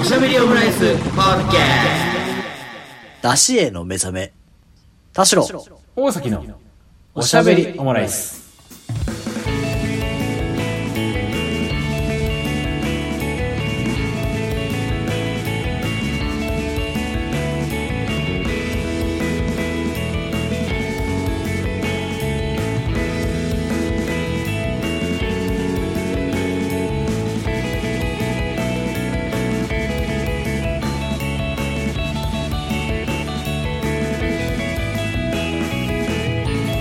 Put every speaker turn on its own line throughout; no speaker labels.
おしゃべりオムライスポッケ
出しへの目覚め。田代。
大崎のおしゃべりオムライス。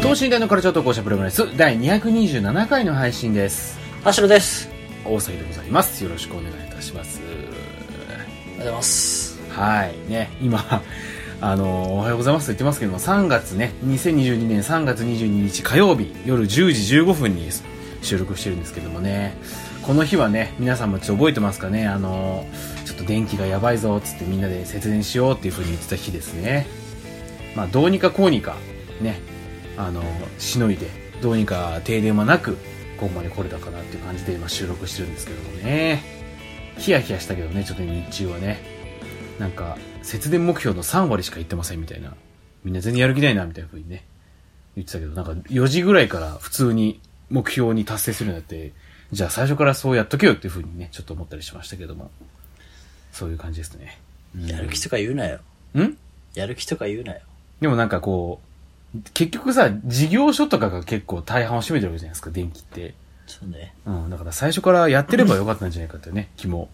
等身大のカルチャートークおしゃべりオムライス第227回の配信です。
田代です。
大崎でございます。よろしくお願いいたします。
ありがとうございます。
はい。ね、今、 あの、おはようございますと言ってますけども、3月ね、2022年3月22日火曜日夜10時15分に収録してるんですけどもね、この日はね、皆さんもちょっと覚えてますかね、あの、ちょっと電気がやばいぞっつってみんなで節電しようっていう風に言ってた日ですね。まあ、どうにかこうにか、ね、あの、しのいで、どうにか停電はなく、ここまで来れたかなっていう感じで今収録してるんですけどもね。ヒヤヒヤしたけどね、ちょっと日中はね。なんか、節電目標の3割しか行ってませんみたいな。みんな全然やる気ないな、みたいな風にね。言ってたけど、なんか4時ぐらいから普通に目標に達成するようになって、じゃあ最初からそうやっとけよっていう風にね、ちょっと思ったりしましたけども。そういう感じですね。
やる気とか言うなよ。
ん
やる気とか言うなよ。
でもなんかこう、結局さ、事業所とかが結構大半を占めてるわけじゃないですか、電気って。
そうね。
うん、だから最初からやってればよかったんじゃないかっ ていうね、気も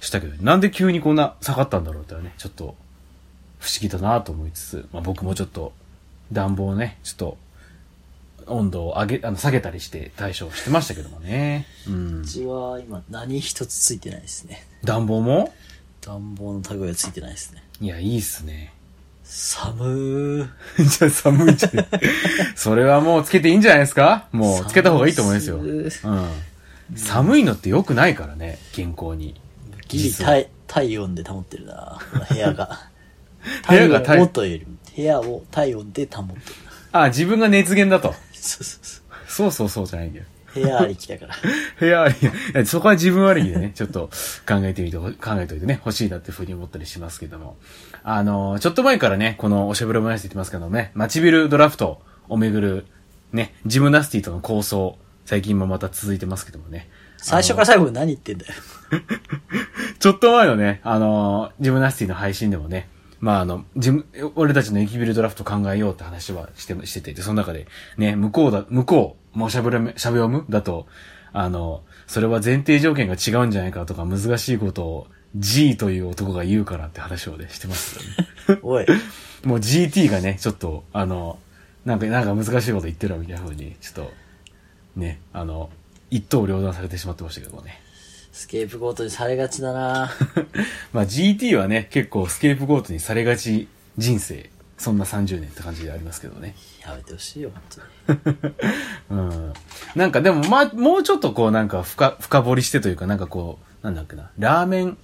したけど、なんで急にこんな下がったんだろうってのはね、ちょっと不思議だなと思いつつ、まあ僕もちょっと暖房をね、ちょっと温度を上げ、あの、下げたりして対処してましたけどもね。うん
う。ちは今何一つついてないですね。
暖房も
暖房の類はついてないですね。
いや、いいっすね。
寒ー。
じゃあ寒い じゃん。それはもうつけていいんじゃないですかもうつけた方がいいと思いますよ。
寒
う
いっす
ん。寒いのって良くないからね、健康に。
ギリ
実は
体体温で保ってるな。この部屋 が。
部屋が体
体温をというよりも、部屋を体温で保ってるな。
あ、自分が熱源だと。
そうそうそ
そうそうそうじゃないんだよ。
う。部屋ありきだ から。
部屋あり、いやそこは自分あ りでね、ちょっと考えてみてほ、考えておいてね、欲しいなってふうに思ったりしますけども。あの、ちょっと前からね、このおしゃべりもやって言ってますけどね、街ビルドラフトをめぐる、ね、ジムナスティとの構想、最近もまた続いてますけどもね。
最初から最後まで何言ってんだよ。
ちょっと前のね、あのージムナスティの配信でもね、まああの、ジム、俺たちの駅ビルドラフト考えようって話はして、してて、でその中で、ね、向こうだ、向こう、もうしゃべる、しゃべおむだと、あの、それは前提条件が違うんじゃないかとか、難しいことを G という男が言うからって話をね、してますよね。
おい。
もう GT がね、ちょっと、あの、なんか、なんか難しいこと言ってるわみたいな風に、ちょっと、ね、あの、一刀両断されてしまってましたけどもね。
スケープゴートにされがちだな
まあ GT はね、結構スケープゴートにされがち人生。そんな30年って感じでありますけどね。
やめてほしいよ、本当に。
うん。なんかでも、まあ、もうちょっとこうなんか深、深掘りしてというか、なんかこう、なんだっけな、ラーメン、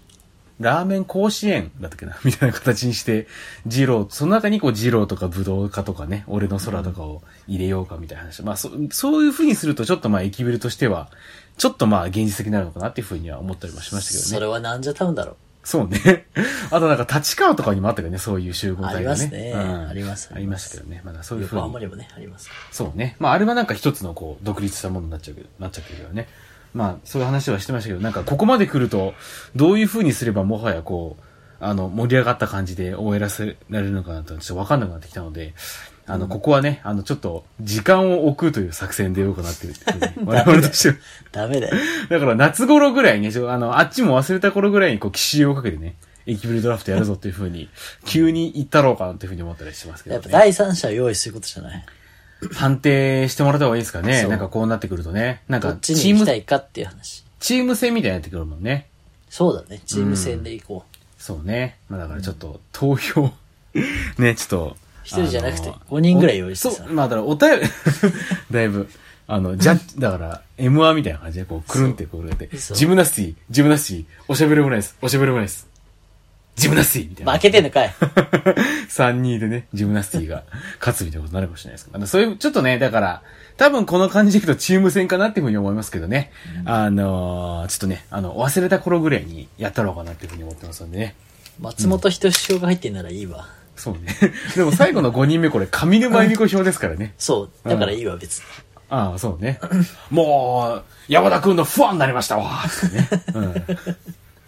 ラーメン甲子園だったっけな、 みたいな形にして、ジロー、その中にこうジローとか武道家とかね、俺の空とかを入れようかみたいな話。まあそ、そういう風にするとちょっとまあ駅ビルとしては、ちょっとまあ現実的になるのかなっていう風には思ったりもしましたけどね。
それはなんじゃたんだろう。
そうね。 あとなんか立川とかにもあったけどね、そういう集合体が
ありま
ね。
すね
うん
あります
ありましたけどね。まだそういうふう
横浜
に。
にもね、あり ます。
そうね。まああれはなんか一つのこう、独立したものになっちゃうけど、なっちゃってるからね。まあそういう話はしてましたけど、なんかここまで来ると、どういうふうにすればもはやこう、あの、盛り上がった感じで終えらせられるのかなと、ちょっとわかんなくなってきたので、あの、ここはね、あの、ちょっと、時間を置くという作戦でようかなっていうふうに、我々としては
ダメだ よ。
だから夏頃ぐらいに、ちょあの、あっちも忘れた頃ぐらいに、こう、奇襲をかけてね、駅ビルドラフトやるぞっていう風に、急に言ったろうかなっていう風に思ったりしてますけ
や
ど
っぱ
ね。
第三者を用意することじゃない。
判定してもらった方がいいですかね。
そう
なんかこうなってくるとね。なん
ど
か
っ、ち
チ
に
ー
行き
ム
た、いかっていう話。
チーム戦みたいになってくるもんね。
そうだね。チーム戦で行こう。
そうね。まあだからちょっと、投票、 ね、ちょっと。
一人じゃなくて
あの
五人ぐらい用意して
お
さ
そう、まあだからお便り、 だいぶ、あの、ジャッジ、だから、M1 みたいな感じで、こう、くるんってこうやって、
そう
ジムナスティ、ジムナスティ、おしゃべりもないです、おしゃべりもないです。ジムナスティみたいな
負。けてんのかい。
3-2でね、ジムナスティが勝つみたいなことになるかもしれないですけど、あのそういう、ちょっとね、だから、多分この感じでいくとチーム戦かなっていうふうに思いますけどね。あのー、ちょっとね、あの、忘れた頃ぐらいにやったろうかなっていうふうに思ってますんでね。
松本人志賞が入ってんならいいわ。
そうね。 でも最後の5人目これ、上沼恵美子表ですからね。
そう。だからいいわ、別に。
ああ、そうね。 もう、山田くんの不安になりましたわーって ね。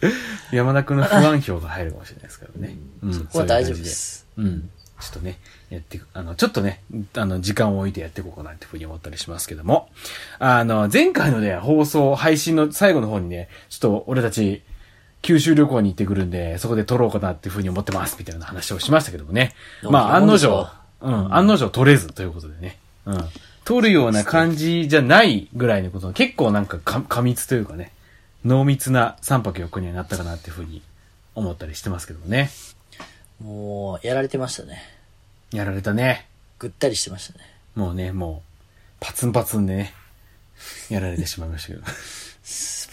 うん、山田くんの不安票が入るかもしれないですからね。うん、そ
こは大丈夫です。
ういう感じで。うん。ちょっとね、やっていく、あの、ちょっとね、あの、時間を置いてやっていこうかなってふうに思ったりしますけども。あの、前回のね、放送、配信の最後の方にね、ちょっと俺たち、九州旅行に行ってくるんで、そこで撮ろうかなっていうふうに思ってます、みたいな話をしましたけどもね。まあ、案
どう
の
ですか
定、うん、案の定取れずということでね。うん。取るような感じじゃないぐらいのこと、結構なんかか過密というかね、濃密な3泊4日にはなったかなっていうふうに思ったりしてますけどもね。
もう、やられてましたね。
やられたね。
ぐったりしてましたね。
もうね、もう、パツンパツンでね、やられてしまいましたけど。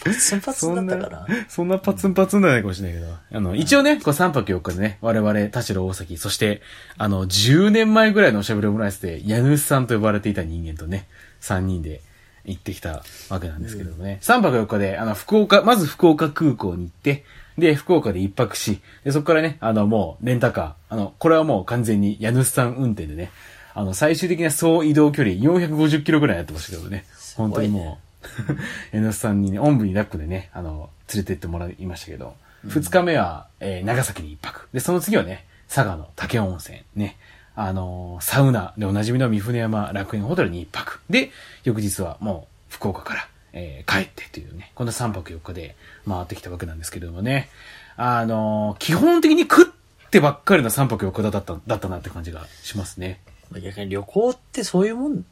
パツンパツンだったから。
そんなパツンパツンなのかもしれないけど。あの、一応ね、こう3泊4日でね、我々、田代大崎、そして、あの、10年前ぐらいのおしゃべりオムライスで、家主さんと呼ばれていた人間とね、3人で行ってきたわけなんですけどもね。3泊4日で、あの、福岡、まず福岡空港に行って、で、福岡で一泊し、で、そこからね、あの、もう、レンタカー、あの、これはもう完全に家主さん運転でね、あの、最終的な総移動距離450キロぐらいやってましたけどね。
ごい
本
ね
当にもう、 えのすさんにね、おんぶに抱っこでね、あの、連れてってもらいましたけど、二、日目は、えー長崎に一泊。で、その次はね、佐賀の竹雄温泉、ね、あのーサウナでおなじみの三船山楽園ホテルに一泊。で、翌日はもう、福岡から、えー帰ってというね、この三泊四日で回ってきたわけなんですけれどもね、あのー基本的に食ってばっかりの三泊四日だった、だったなって感じがしますね。
まあ逆に旅行ってそういうもん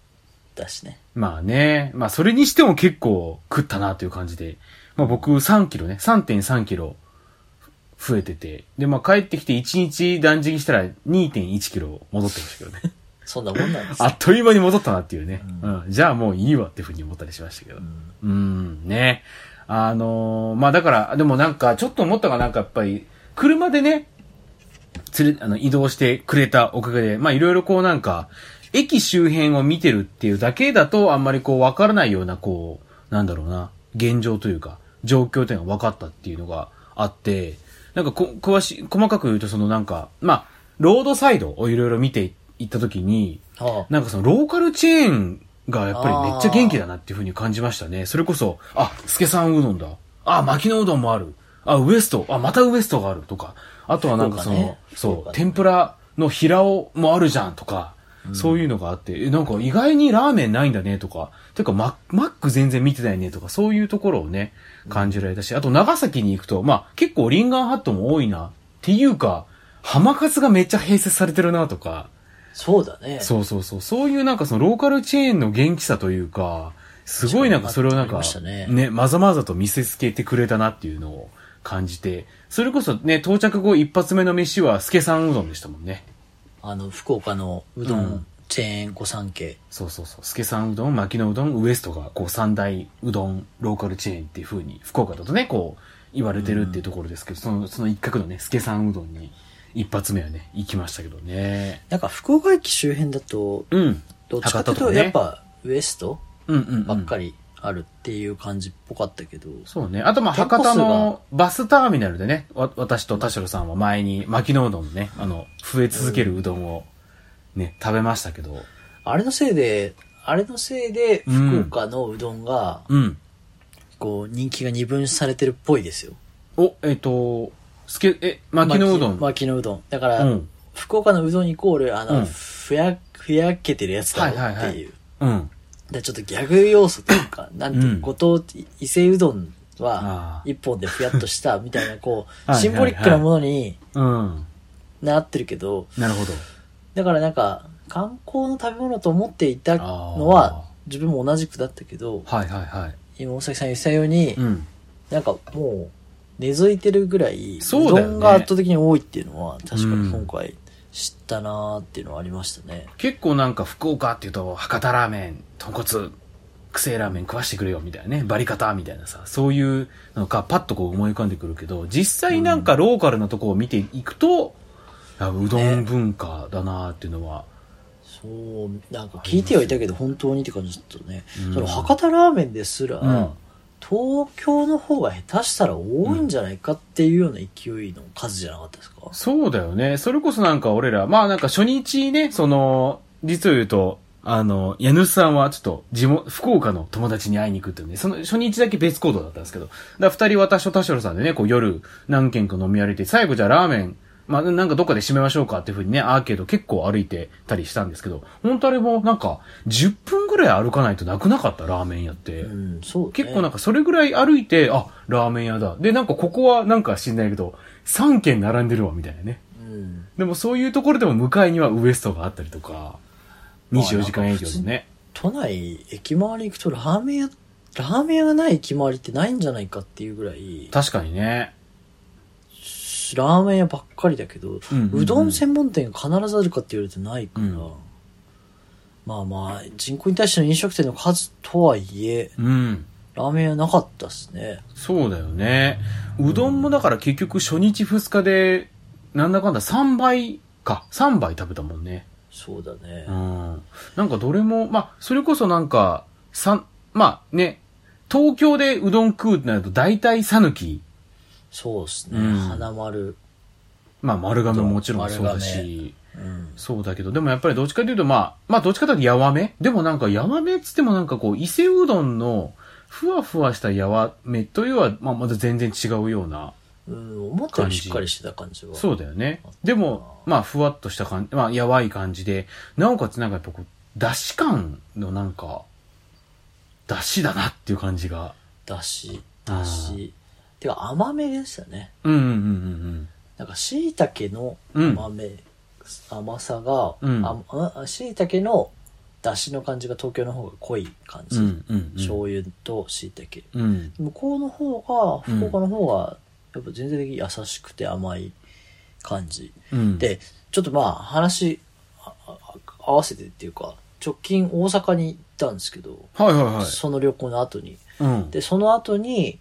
だしね。
まあね、まあそれにしても結構食ったなという感じで、まあ僕3キロね、3.3キロ増えてて、でまあ帰ってきて1日断食したら2.1キロ戻ってましたけどね。
そんなもんなんです
あ
よ。
っという間に戻ったなっていうね。うん。じゃあもういいわっていうふうに思ったりしましたけど。うん、ね。あのーまあだから、でもなんか、ちょっと思ったがなんかやっぱり、車でね、連れ、あの、移動してくれたおかげで、まあいろいろこうなんか、駅周辺を見てるっていうだけだと、あんまりこうわからないような、こう、なんだろうな、現状というか、状況というのが分かったっていうのがあって、なんかこ、詳しい、細かく言うとそのなんか、まあ、ロードサイドをいろいろ見ていったときに、
ああ
なんかそのローカルチェーンがやっぱりめっちゃ元気だなっていうふうに感じましたね。それこそ、あ、スケさんうどんだ。あ、牧野うどんもある。あ、ウエスト。あ、またウエストがあるとか。あとはなんかその、
福岡ね
そ
福岡
う、
ね
天ぷらの平尾もあるじゃんとか、そういうのがあって、え、なんか意外にラーメンないんだねとか、てかママック全然見てないねとか、そういうところをね、感じられたし、あと長崎に行くと、まあ結構リンガンハットも多いな、っていうか、浜数がめっちゃ併設されてるなとか、
そうだね。
そうそうそう。そういうなんかそのローカルチェーンの元気さというか、すごいなんかそれをなん
あり
か
ました、ね
ね、まざまざと見せつけてくれたなっていうのを感じて、それこそね、到着後一発目の飯は、スケさんうどんでしたもんね。
あの、福岡のうど
うんん
チェーン御三家。
そうそうそう。スケさんうどん、牧野うどん、ウエストが、こう三大うどん、ローカルチェーンっていう風に、福岡だとね、こう、言われてるっていうところですけど、その、その一角のね、スケさんうどんに、一発目はね、行きましたけどね。
なんか福岡駅周辺だと、
うん。
どっちかっていう
博多とか
と
ね
やっぱウエスト
うんうん、うん。
ばっかりあるっていう感じっぽかったけど、
そうね。あと、まあ、博多のバスターミナルでね、わ私と田代さんは前に、牧野うどんのね、あの、増え続けるうどんをね、食べましたけど、
あれのせいで、あれのせいで福岡のうどんが、
うん。
こう人気が二分されてるっぽいですよ。
お、えっ、と、すけ、え、牧野うどん。
巻きのうどん。だから、
うん
福岡のうどんイコール、あの、
うん
ふや、ふやけてるやつだろ
はいはい
っ
は
て
い
いう。
うん。
でちょっとギャグ要素というか、なんていう
うん
ご当地、伊勢うどんは
あ、ー
一本でふやっとした、みたいな、こう、
はいはいはい
シンボリックなものに
うん。
なってるけど、
なるほど。
だからなんか、観光の食べ物と思っていたのは、自分も同じくだったけど、
はいはいはい。
今、大崎さん言ってたように、
うん。
なんかもう、根付いてるぐらい、う
そうだよね
どんが圧倒的に多いっていうのは、確かに今回知ったなーっていうのはありましたね。
結構なんか福岡っていうと、博多ラーメン、豚骨、くせえラーメン食わしてくれよみたいなね、バリカタみたいなさ、そういうのがパッとこう思い浮かんでくるけど、実際なんかローカルなとこを見ていくと、ううどん文化だなっていうのは、
そう、なんか聞いてはいたけど、本当にって感じだったね。
うん
その博多ラーメンですら、
うん
東京の方が下手したら多いんじゃないかっていうような勢いの数じゃなかったですか、
そうだよね。それこそなんか俺ら、まあなんか初日ね、その、実を言うと、あの、家主さんはちょっと、地元、福岡の友達に会いに行くっていうね、その初日だけ別行動だったんですけど、だから二人私と田代さんでね、こう夜、何軒か飲み歩いて、最後じゃあラーメン、まあなんかどっかで締めましょうかっていう風にね、アーケード結構歩いてたりしたんですけど、本当あれもなんか、10分ぐらい歩かないとなくなかったラーメン屋って。
うん、そう、ね。
結構なんかそれぐらい歩いて、あ、ラーメン屋だ。で、なんかここはなんか知んないけど、3軒並んでるわ、みたいなね。
うん。
でもそういうところでも向かいにはウエストがあったりとか、24時間営業
まあな
で
ん
ね。
都内、駅周り行くとラーメン屋、ラーメン屋がない駅周りってないんじゃないかっていうぐらい、ラ
確かにね。
ーメン屋ばっかりだけど、
うんうんうん
うどん専門店が必ずあるかって言われてないから、
うん
まあまあ、人口に対しての飲食店の数とはいえ、
うん。
ラーメン屋なかったっすね。
そうだよね。うどんもだから結局初日2日で、なんだかんだ3倍か。3倍食べたもんね。
そうだね。
うん。なんかどれも、まあ、それこそなんか、三、まあね、東京でうどん食うってなると大体さぬき。
そうっすね。
うん
花丸。
まあ丸亀ももちろんそうだ
丸
し。
うん。
そうだけど、でもやっぱりどっちかというと、まあ、まあどっちかというとやわめでもなんかやわめっつってもなんかこう、伊勢うどんのふわふわしたやわめというは、まあまだ全然違うような。
うん、思ったよりしっかりしてた感じは。
そうだよね。でも、まあふわっとした感じ、まあやわい感じで、なおかつなんかやっぱこう、だし感のなんか、だしだなっていう感じが。
だし、
あー
だし。てか甘めでしたね。
うんうんうん
なんか椎茸の
うん。うん。
甘め、甘さが、
うん
ああ椎茸のだしの感じが東京の方が濃い感
う
じ。
んうんうん。
醤油と椎茸。
うん。
向こうの方が、
うん
福岡の方が、やっぱ全体的に優しくて甘い感じ。
うん。、
で、ちょっとまあ話ああ合わせてっていうか、直近大阪に行ったんですけど、
はいはいはい。
その旅行の後に。
うん。
で、その後に、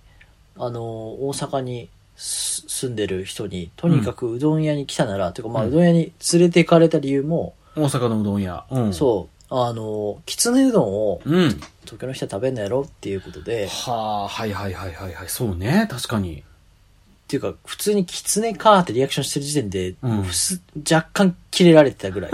あの、大阪にす住んでる人に、とにかくうどん屋に来たなら、ていうかまあ
うん
うどん屋に連れて行かれた理由も、
大阪のうどん屋。うん。
そう、あの、きつねうどんを
う。うん。
東京の人は食べんのやろっていうことで、っ
はあ、はいはいはいはいはい。そうね、確かに。
ていうか普通にきつねかーってリアクションしてる時点で、
うん
ふす若干キレられてたぐら い。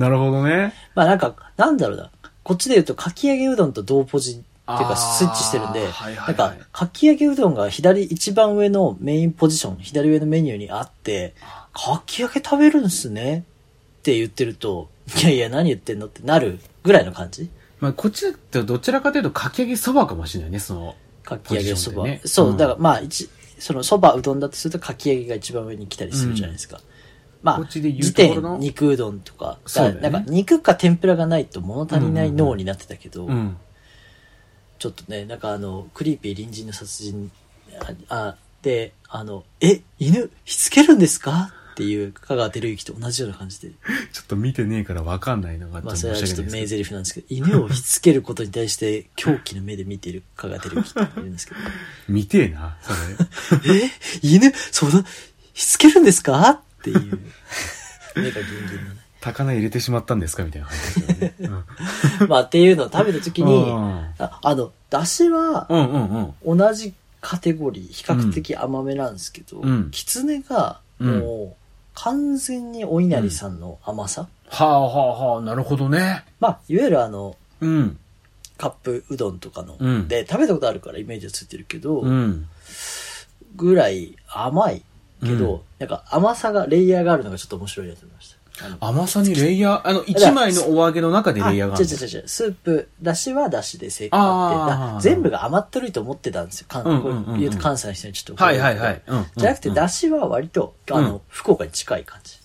なるほどね。
まあなんか、なんだろうな。こっちで言うと、かき揚げうどんと同ポジっていう
あー
か、スイッチしてるんで、
はい
な
は
ん
いは
か
い、
かき揚げうどんが左、一番上のメインポジション、左上のメニューにあって、かき揚げ食べるんすねって言ってると、いやいや、何言ってんのってなるぐらいの感じ
まあ、こっちだってどちらかというと、かき揚げそばかもしれないね、その。
かき揚げそば。
ポジションでね
そう、
うん
だからまあ、一、そのそばうどんだとすると、かき揚げが一番上に来たりするじゃないですか。まあ、
こっちで言う
時
ところ
点
の
肉うどんとか、
そうだよね
なんか肉か天ぷらがないと物足りない脳になってたけど、
うん。
ちょっとね、なんかあの、クリーピー隣人の殺人、あ、あで、あの、え、犬、しつけるんですかっていう香川照之と同じような感じで、
ちょっと見てねえからわかんないのが、
まあ
ち
そ
ょ
れは
っと申
ち
し
ょっと
訳な
名
い
台
ですけ
詞なんですけど、犬をしつけることに対して狂気の目で見ている香川照之っているんですけど、
ど。 見てえな、そ
え、犬、そんな、しつけるんですかって いう、目がギンギンのね。
れ。高菜入れてしまったんですかみたいな感じですよね。 うん
まあっていうのを食べた時
う
に、
ん
ああの、出汁は
うんうん
同じカテゴリー、比較的甘めなんですけど、
うん
キツネが、もう、完全にお稲荷さんの甘さ、
はあはあはあ、なるほどね。
まあ、いわゆるあの、
うん。
カップうどんとかの、
うん
で、食べたことあるからイメージはついてるけど、
うん。
ぐらい甘いけど、
うん
なんか甘さが、レイヤーがあるのがちょっと面白いなと思いました。あの
甘さにレイヤー、あの、一枚のお揚げの中でレイヤーがある
違う違う違う。スープ、だしはだしで正解
あー
だ全部が甘ったるいと思ってたんですよ。関
うんうんうんうん
こう言うと関西の人にちょっと怒ら
は
れ
い
る
は
け
い
ど。
はい。うんうん
じゃなくて、
うん
だしは割と、あ
うん
の、福岡に近い感じ。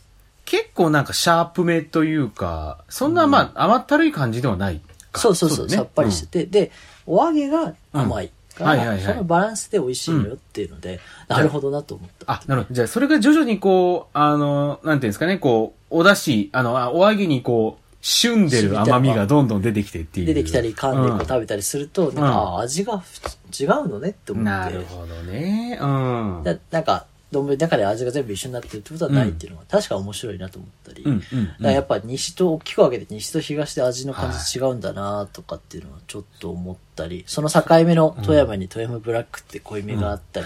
結構なんかシャープめというか、そんなまあ甘ったるい感じではないか。
そうそうそう、
だね
さっぱりしてて、で、お揚げが甘いから、
うんはいはいはい
そのバランスで美味しいのよっていうので、なるほどなと思った。
あ、なるほど。じゃあ、それが徐々にこう、あの、なんていうんですかね、こう、お出汁、あの、あお揚げにこう、旬でる甘みがどんどん出てきてっていう。
出てきたり噛んでこ
う
うん食べたりすると、なんか、あー味がふ違うのねって思って。
なるほどね。うん。
だなんか、丼の中で味が全部一緒になってるってことはないっていうのは、確か面白いなと思ったり。
うんうんうん
だからやっぱ西と大きく分けて西と東で味の感じ違うんだなとかっていうのはちょっと思ったり、その境目の富山に富山ブラックって濃いめがあったり、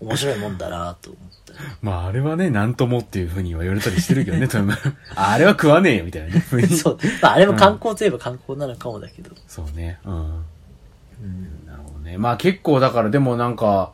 面白いもんだなと思ったり。
まああれはね、なんともっていうふうには言われたりしてるけどね、富 山あれは食わねえよ、みたいなね。
そう。まあ、あれも観光といえば観光なのかもだけど。
そうね。うん。なるほどね。まあ結構だからでもなんか、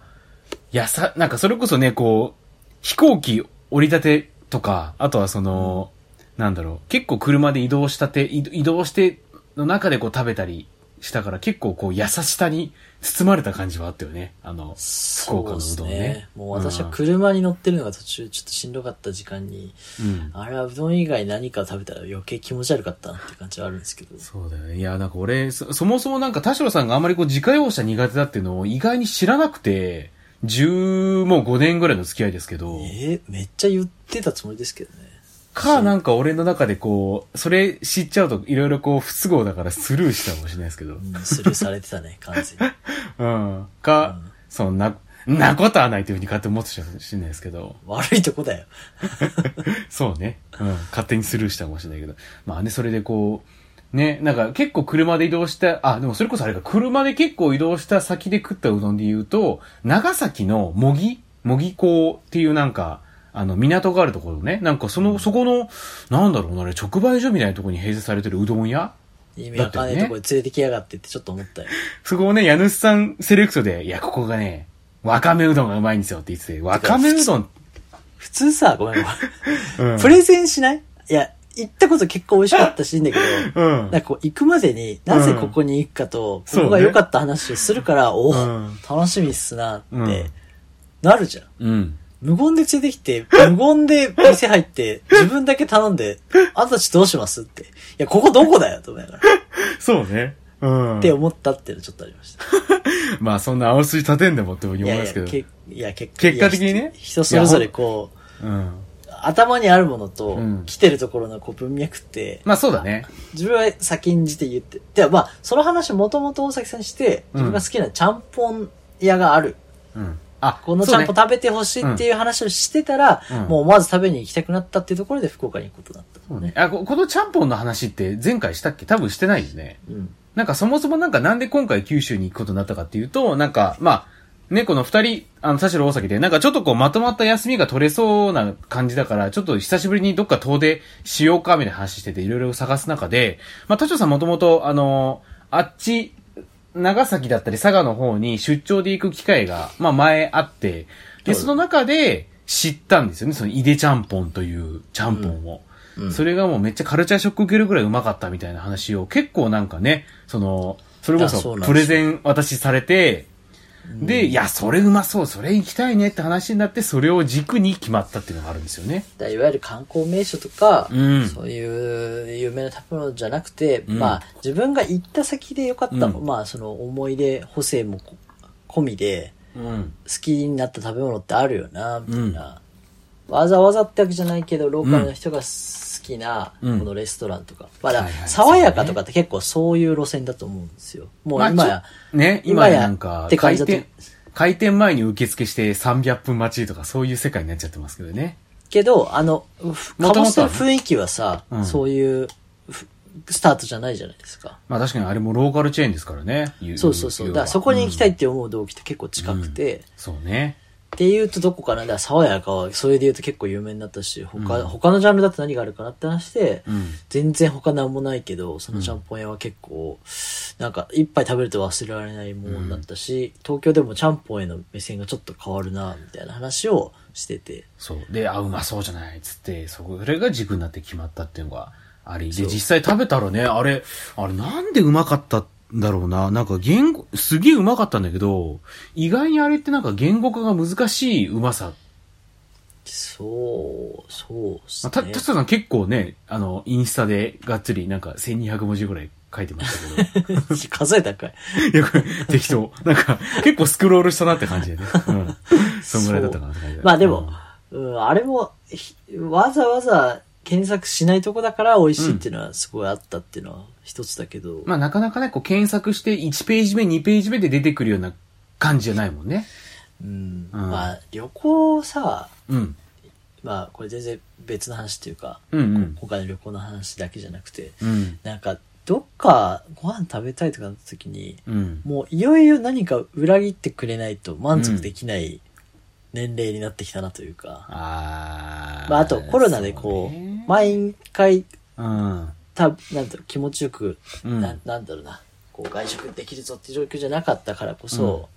やさ、なんかそれこそね、こう、飛行機降り立てとか、あとはその、なんだろう、結構車で移動したて、移移動しての中でこう食べたりしたから結構こう優しさに包まれた感じはあったよね。あの、福岡のうどん
そうです
ね。
もう私は車に乗ってるのが途中ちょっとしんどかった時間に、
うん。
あれはうどん以外何か食べたら余計気持ち悪かったなって感じはあるんですけど。
そうだよね。いや、なんか俺、そ、そもそもなんか田代さんがあんまりこう自家用車苦手だっていうのを意外に知らなくて、10、もう5年ぐらいの付き合いですけど、
えーめっちゃ言ってたつもりですけどね。
か、なんか俺の中でこう、それ知っちゃうといろいろこう不都合だからスルーしたかもしれないですけど、
うん、スルーされてた ね、完全に。
うん。か、
うん
そんな、んなことはないというふうに勝手に思ってたかもしれないですけど、
悪いとこだよ。
そうね。うん。勝手にスルーしたかもしれないけど。まあね、それでこう、ね、なんか結構車で移動した、あ、でもそれこそあれか、車で結構移動した先で食ったうどんで言うと、長崎の模擬模擬港っていうなんか、あの、港があるところね。なんかその、そこの、なんだろうな、あれ、直売所みたいなところに併設されてるうどん屋
意味わかんないとこに連れてきやがってってちょっと思ったよ。
そこをね、家主さんセレクトで、いや、ここがね、わかめうどんがうまいんですよって言ってて、わかめうどん、
普通さ、ごめんご
う
め
ん
ん。プレゼンしないいや、行ったこと結構美味しかったしいいんだけど、
うん
なんかこう行くまでになぜここに行くかと、
うん
ここが良かった話をするから、おお
うん
楽しみっすなって、
うん
なるじゃん。
うん。
無言で連れてきて、無言で店入って、自分だけ頼んで、あんたたちどうしますって。いや、ここどこだよと思いながら。っ
そうね。うん。
て思ったっていうのちょっとありました。
まあそんな青筋立てんでもって思い
いや
ま
い
す
や、
けど。
けいや結
結果的にね
いや人それぞれこう、
うん。
頭にあるものと、
うん
来てるところのこう文脈って、
まあそうだね。
自分は先んじて言って。で、まあ、その話もともと大崎さんにして、自分が好きなちゃんぽん屋がある。
うん。あ、
このち
そう
ゃ
ね
んぽん食べてほしいっていう話をしてたら、
うん
もう思わず食べに行きたくなったっていうところで福岡に行くことだった
そ
の
うね
ね。
あここのちゃんぽんの話って前回したっけ多分してないよね。
うん。
なんかそもそもなんかなんで今回九州に行くことになったかっていうと、なんか、まあ、ね、この二人、あの、田代大崎で、なんかちょっとこうまとまった休みが取れそうな感じだから、ちょっと久しぶりにどっか遠出しようかみたいな話してて、いろいろ探す中で、まあ、田代さんもともと、あの、あっち、長崎だったり佐賀の方に出張で行く機会が、まあ前あって、で、その中で知ったんですよね、そのいでちゃんぽんというちゃんぽんを。それがもうめっちゃカルチャーショック受けるぐらいうまかったみたいな話を結構なんかね、その、それこ
あそう
そ
なんです
プ
よ
レゼン私されて、で、いや、それうまそう、それ行きたいねって話になって、それを軸に決まったっていうのがあるんですよね。
だからいわゆる観光名所とか、
うん
そういう有名な食べ物じゃなくて、
うん
まあ、自分が行った先で良かった、
うん
まあ、その思い出補正もこ込みで、
うん。
好きになった食べ物ってあるよな、みたいな。わざわざってわけじゃないけど、ローカルの人が好きな、こ
うん
のレストランとか。まあだか
はいは
ら、
い
爽やかとかって結構そういう路線だと思うんですよ。もう
まあ
今や、
ちょね、今
今や
やなんか
っ、て感
開
じだと
店、開店前に受付して300分待ちとか、そういう世界になっちゃってますけどね。
けど、あの、ふ
もと
醸
もとはね
してる雰囲気はさ、
うん
そういうふスタートじゃないじゃないですか。
まあ確かにあれもローカルチェーンですからね。言
そうそうそう。
言
だか
う要は
らそこに行きたいって思う動機って結構近くて、
そうね。
っていうとどこかなだから爽やかは、それで言うと結構有名になったし、他、他のジャンルだと何があるかなって話で、
うん。
全然他なんもないけど、そのちゃんぽん屋は結構、なんか一杯食べると忘れられないものだったし、東京でもちゃんぽんへの目線がちょっと変わるな、みたいな話をしてて。
そう。で、あ、うまそうじゃないっつって、そこそれが軸になって決まったっていうのがあり。で、
そう
実際食べたらね、あれ、あれなんでうまかったんだろうな。なんか言語、すげえうまかったんだけど、意外にあれってなんか言語化が難しいうまさ。
そう、そうっす
まあ、
ね。
た、たつさん結構ね、あの、インスタでがっつりなんか1200文字ぐらい書いてました けど。
数えたんかい。
いや、これ適当。なんか、結構スクロールしたなって感じでね。うん。そんぐらいだったかなって感じだね
まあでも、うん、あれも、ひわざわざ検索しないとこだから美味しいっていうのはすごいあったっていうのは一つだけど、
まあなかなかね、こう検索して1ページ目、2ページ目で出てくるような感じじゃないもんね。
うん、まあ旅行さ、
うん。
まあこれ全然別の話っていうか、
うんうん。
今回の旅行の話だけじゃなくて、
うん。
なんかどっかご飯食べたいとかなった時に、
うん。
もういよいよ何か裏切ってくれないと満足できない年齢になってきたなというか、
あー
まああとコロナでこう、
そうね
毎回
うん。
た、なんだろう、気持ちよく、
うん
ななんだろうな、こう外食できるぞって状況じゃなかったからこそ、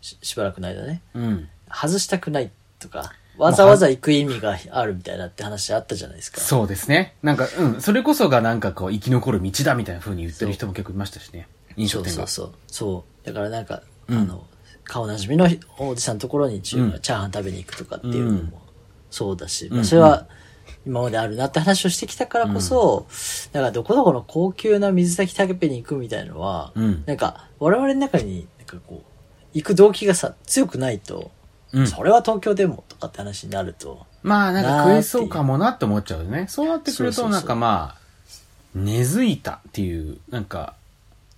ししばらくの間ね、
うん。
外したくないとか、わざわざ行く意味があるみたいなって話あったじゃないですか。
そうですね。なんか、うん。それこそがなんかこう、生き残る道だみたいな風に言ってる人も結構いましたしね。飲
そ
食
う
店
そう
が。
そう。そう。だからなんか、
うん
あの、顔なじみのおじさんのところに中、
うん
チャーハン食べに行くとかっていうのもそうだし、
ん
まあ、それは今まであるなって話をしてきたからこそ、だからどこどこの高級な水炊き食べに行くみたいのは、
うん
なんか我々の中になんかこう、行く動機がさ、強くないと、
うん。
それは東京でもとかって話になると、
まあなんか食えそうかもなって思っちゃうよね。そうなってくる
そうそうそ
と
う
なんかまあ、根付いたっていう、なんか、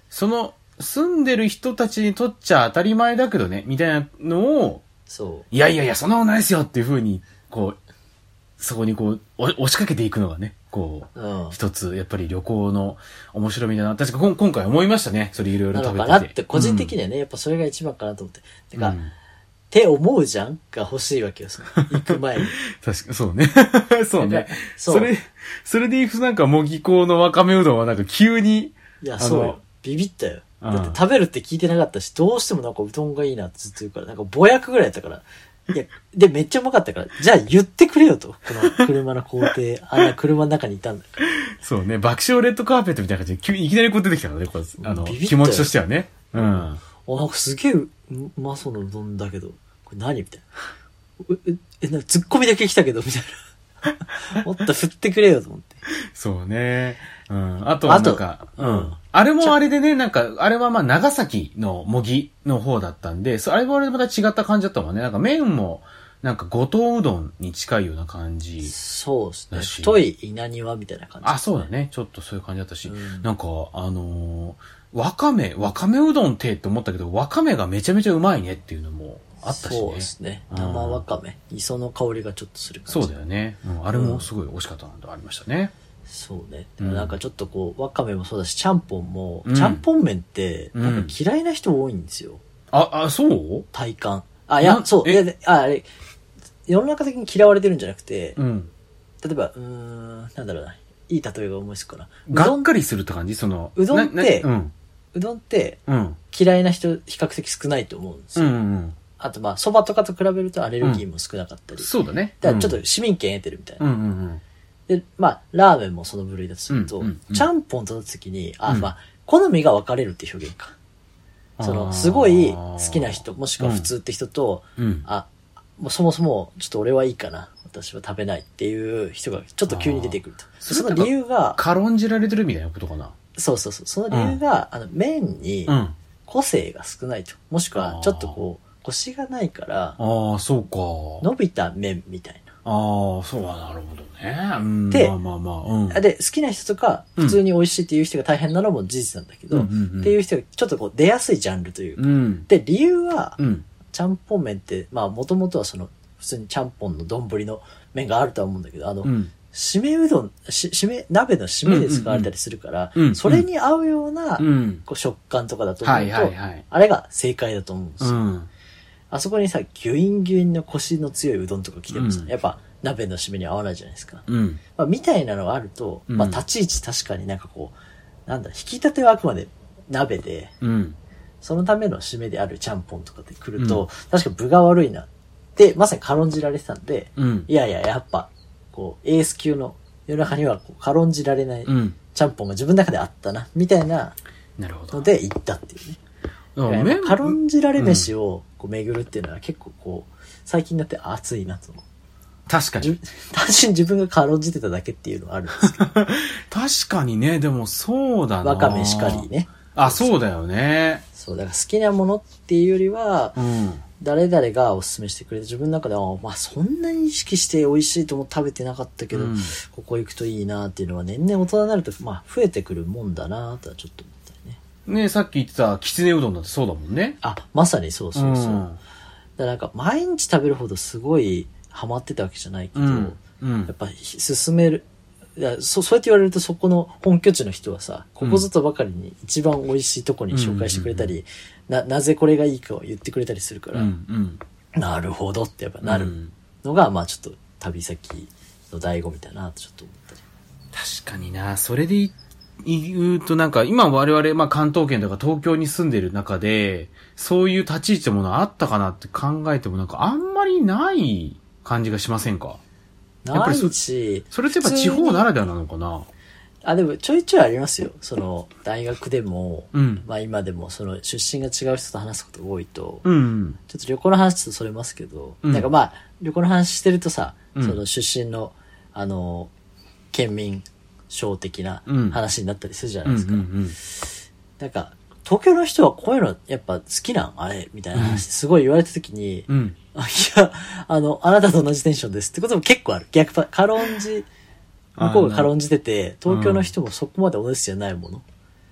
その住んでる人たちにとっちゃ当たり前だけどね、みたいなのを、
そう。
いやいやいや、そんなことないですよっていう風に、こう、そこにこう、お押しかけていくのがね、こう、
うん
一つ、やっぱり旅行の面白みだな。確かこん今回思いましたね。それいろいろ
なの
食べ
か
てて。
なって、個人的にはね、やっぱそれが一番かなと思って。てか、って思うじゃんが欲しいわけよ、 その行く前に。
確か、そうね。 そう
だ
ね
から。そ
そうれ、それでいくとなんか、模擬校のわかめうどんはなんか急に、
いや、
あの
そうよ。ビビったよ。
うん
だって食べるって聞いてなかったし、どうしてもなんかうどんがいいなってずっと言うから、なんかぼやくぐらいだったから。いや、で、めっちゃうまかったから、じゃあ言ってくれよと。この車の工程、あんな車の中にいたんだか
そうね、爆笑レッドカーペットみたいな感じで急に、いきなりこう出てきたのね、こうあの、
ビビったよ
気持ちとしてはね。うん。
ら。あ、なんかすげえううまそうなうどんだけど、これ何みたいな。ううえ、なんかツッコミだけ来たけど、みたいな。 もっと振ってくれよと思って。
そうね。うん。あとはなんか、うん。あれもあれでね、なんか、あれはまあ長崎の模擬の方だったんで、そう、あれはあれでまた違った感じだったもんね。なんか麺も、なんか五島うどんに近いような感じ。
そうですね。
らしい
太い稲庭みたいな感じ。
あ、そうだね。ちょっとそういう感じだったし、
うん
なんか、あのーわかめ、わかめうどんってって思ったけど、わかめがめちゃめちゃうまいねっていうのもあったしね。
そうですね。
うん
生わかめ。磯の香りがちょっとする感じ。
そうだよね。うん、あれもすごい惜しかったなとありましたね。
そうね。
うん
なんかちょっとこう、わかめもそうだし、ちゃんぽんも、
うん
ちゃんぽん麺って、
うん
なんか嫌いな人多いんですよ。
あ、あ、そう
体感。あ、いや
な、
そう。
え
いや、でああれ、世の中的に嫌われてるんじゃなくて、
うん。
例えば、うーん、なんだろうな。いい例えが思いつくかな。う
が
ど
っ
ん、
かりするって感じその。
うどんって
ななうん。
うどんって
うん。
嫌いな人比較的少ないと思うんです
う
よ。
んうん
あとまあ、蕎麦とかと比べるとアレルギーも少なかった
うん。
り。
そうだね。
だからちょっ
うん
と市民権得てるみたいな。
うんうん
で、まあ、ラーメンもその部類だとすると、
うんうんうん
ちゃんぽんとなった時に、あ、
うん
まあ、好みが分かれるって表現か。
あー
その、すごい好きな人、もしくは普通って人と、
うん。うん。
あ、もうそもそも、ちょっと俺はいいかな。私は食べないっていう人が、ちょっと急に出てくると。
ー
その理由が、
軽んじられてるみたいなことかな。
そうそうそう。その理由が、あの、麺に
うん。あ
個性が少ないと。もしく
あ
は
ー、
ちょっとこう、腰がないから、
あ、そうか。
伸びた麺みたいな。
ああ、そうはなるほどね。うん。
で
まあまあまあ。うん。
あで、好きな人とか、
うん
普通に美味しいっていう人が大変なのも事実なんだけど、
うんうんうん
っていう人がちょっとこう出やすいジャンルというか。
うん。
で、理由は、
うん。
ちゃんぽん麺って、まあもともとはその、普通にちゃんぽんの丼の麺があるとは思うんだけど、あの、
うん。
締めうどん、し締め、鍋の締めで使われたりするから、
うんうんうん
それに合うような、
うん。
こう食感とかだと思う
は
と、
いはいはい。
あれが正解だと思うんです
う
よ。
ん。
あそこにさ、ギュインギュインの腰の強いうどんとか来てもさ、
うん
やっぱ鍋の締めに合わないじゃないですか。
うん。
まあ、みたいなのがあると、
うん
まあ、立ち位置確かになんかこう、なんだ、引き立てはあくまで鍋で、
うん。
そのための締めであるちゃんぽんとかで来ると、確か分が悪いなって、まさに軽んじられてたんで、
うん。
いやいや、やっぱ、こう、エース級の世の中にはこう軽んじられない
うん。
ちゃんぽんが自分の中であったな、みたいな
なるほど
の。で行ったっていうね。
うん
だからやっぱ軽んじられ飯
うん
をこう巡るっていうのは結構こう、最近になって熱いなと思う。
確かに
じ。ゅ単純に自分 が軽んじてただけっていうのはあるんですけど、
確かにね、でもそうだな。
わかめしかり。ね。
あ、そうだよね。
そう、だから好きなものっていうよりは、
うん。
誰々がおすすめしてくれて、自分の中では、まあそんなに意識して美味しいとも食べてなかったけど、
うん
ここ行くといいなっていうのは年々大人になると、まあ増えてくるもんだなとはちょっと思ったりね。
ねさっき言ってた、きつねうどんだってそうだもんね。
あ、まさにそうそうそう。だか
うん
らなんか毎日食べるほどすごいハマってたわけじゃないけど、
うん。うん
やっぱ進めるいやそそうやって言われるとそこの本拠地の人はさここぞとばかりに一番美味しいとこに紹介してくれたり、ななぜこれがいいかを言ってくれたりするか
う
ら、
ん。
なるほどってやっぱ
うん。
なるのが、まあちょっと旅先の醍醐味だなとちょっと思ったり
確かになそれでい言うとなんか、今我々、まあ関東圏とか東京に住んでる中で、そういう立ち位置のものあったかなって考えてもなんかあんまりない感じがしませんかやっぱ
毎
りそ
日
それってやっぱ地方ならではなのかな
あでもちょいちょいありますよその大学でも、
うん。
まあ今でもその出身が違う人と話すことが多いと、
うん。
ちょっと旅行の話とそれますけど、
うん
なんかまあ、旅行の話してるとさ、
うん
その出身の、あの、県民省的な
うん
話になったりするじゃ
う。
なんいうですか。
ん。
なんか、東京の人はこういうのやっぱ好きなんあれみたいな話すごい言われた時に、
うん。
あいや、あの、あなたと同じテンションですってことも結構ある。逆パ、軽んじ、向こうが軽んじてて、東京の人もそこまで同じじゃないもの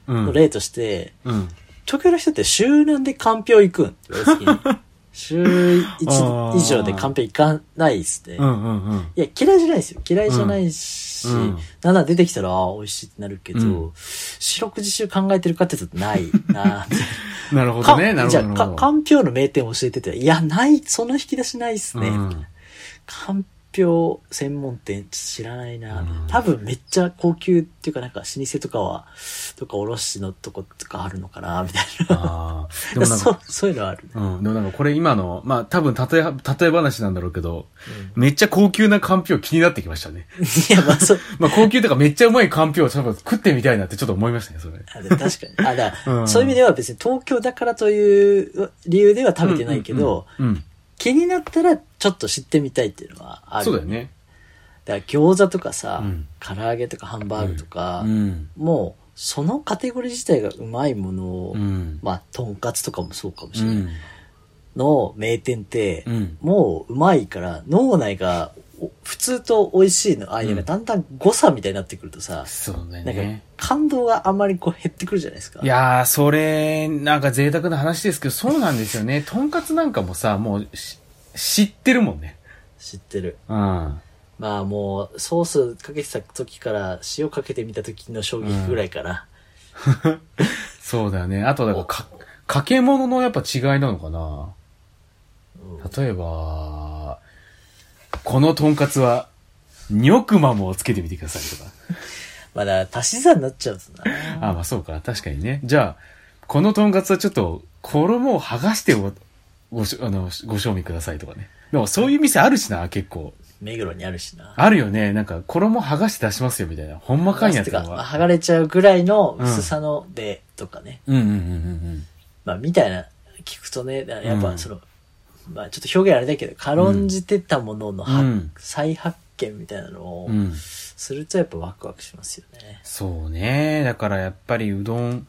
うん。
の例として、
うん。
東京の人って週何でカンペを行くんって言われ た時に週1以上でカンペ行かないっすね。
うんうんうん。
いや、嫌いじゃないですよ。嫌いじゃないし、
うんうん
なんなら出てきたら、あー美味しいってなるけど、
うん
四六時中考えてるかって言うと ないな
なるほど
か
ね。なるほ
じ
ど
ゃ
な
あ、
るほ
か、
ど。
かんぴょうの名店教えてて、いや、ない、その引き出しないっすね。
うん
かんぴょう専門店知らないな、
うん
多分めっちゃ高級っていうかなんか老舗とかは、とか卸のとことかあるのかな、みたいな。
ああ。でもなん
そ
か、
う、そういうのはあるね。
うん。でもなんかこれ今の、まあ多分例え、例え話なんだろうけど、めっちゃ高級なかんぴょう気になってきましたね。
いや、まあ、そう。
まあ高級とかめっちゃうまいかんぴょうを多分食ってみたいなってちょっと思いましたね、それ。
あでも確かに。あ、だから
うん
そういう意味では別に東京だからという理由では食べてないけど、
うんうんうん。
気になったらちょっと知ってみたいっていうのはあ
う
る。
んそうだよね。
だから餃子とかさ、
うん
唐揚げとかハンバーグとか、
うん。
もう、そのカテゴリー自体がうまいものを、
うん。
まあ、とんかつとかもそうかもし
う
れない。
ん。
の名店って、
うん。
もううまいから、脳内が、お普通と美味しいの間がだんだん誤差みたいになってくるとさ、
そうだよ
なんか
ね。
感動があまりこう減ってくるじゃないですか。
いやー、それ、なんか贅沢な話ですけど、そうなんですよね。 とんかつなんかもさ、もうし、知ってるもんね。
知ってる。
うん。
まあもう、ソースかけてた時から、塩かけてみた時の衝撃ぐらいかな。
そうだよね。あと、だからか、かけ物のやっぱ違いなのかな。
うん
例えば、このとんかつは、ニョクマムをつけてみてくださいとか。
まあだから足し算になっちゃうとな。
あ、まあそうか。確かにね。じゃあ、このとんかつはちょっと、衣を剥がしてご、ごし、あの、ご賞味くださいとかね。でもそういう店あるしな、結構。
目黒にあるしな。
あるよね。なんか、衣剥がして出しますよ、みたいな。ほんまかいんやつ
てか、まあ剥
は。
がれちゃうぐらいの薄さので、とかね。
うんうんうんうん
まあみたいな、聞くとね、だやっ
う
ぱ
ん
その、まあちょっと表現あれだけど、軽んじてたもののは、
うん
再発見みたいなのを
うん。うん。
するとやっぱワクワクしますよね。
そうね。だからやっぱりうどん、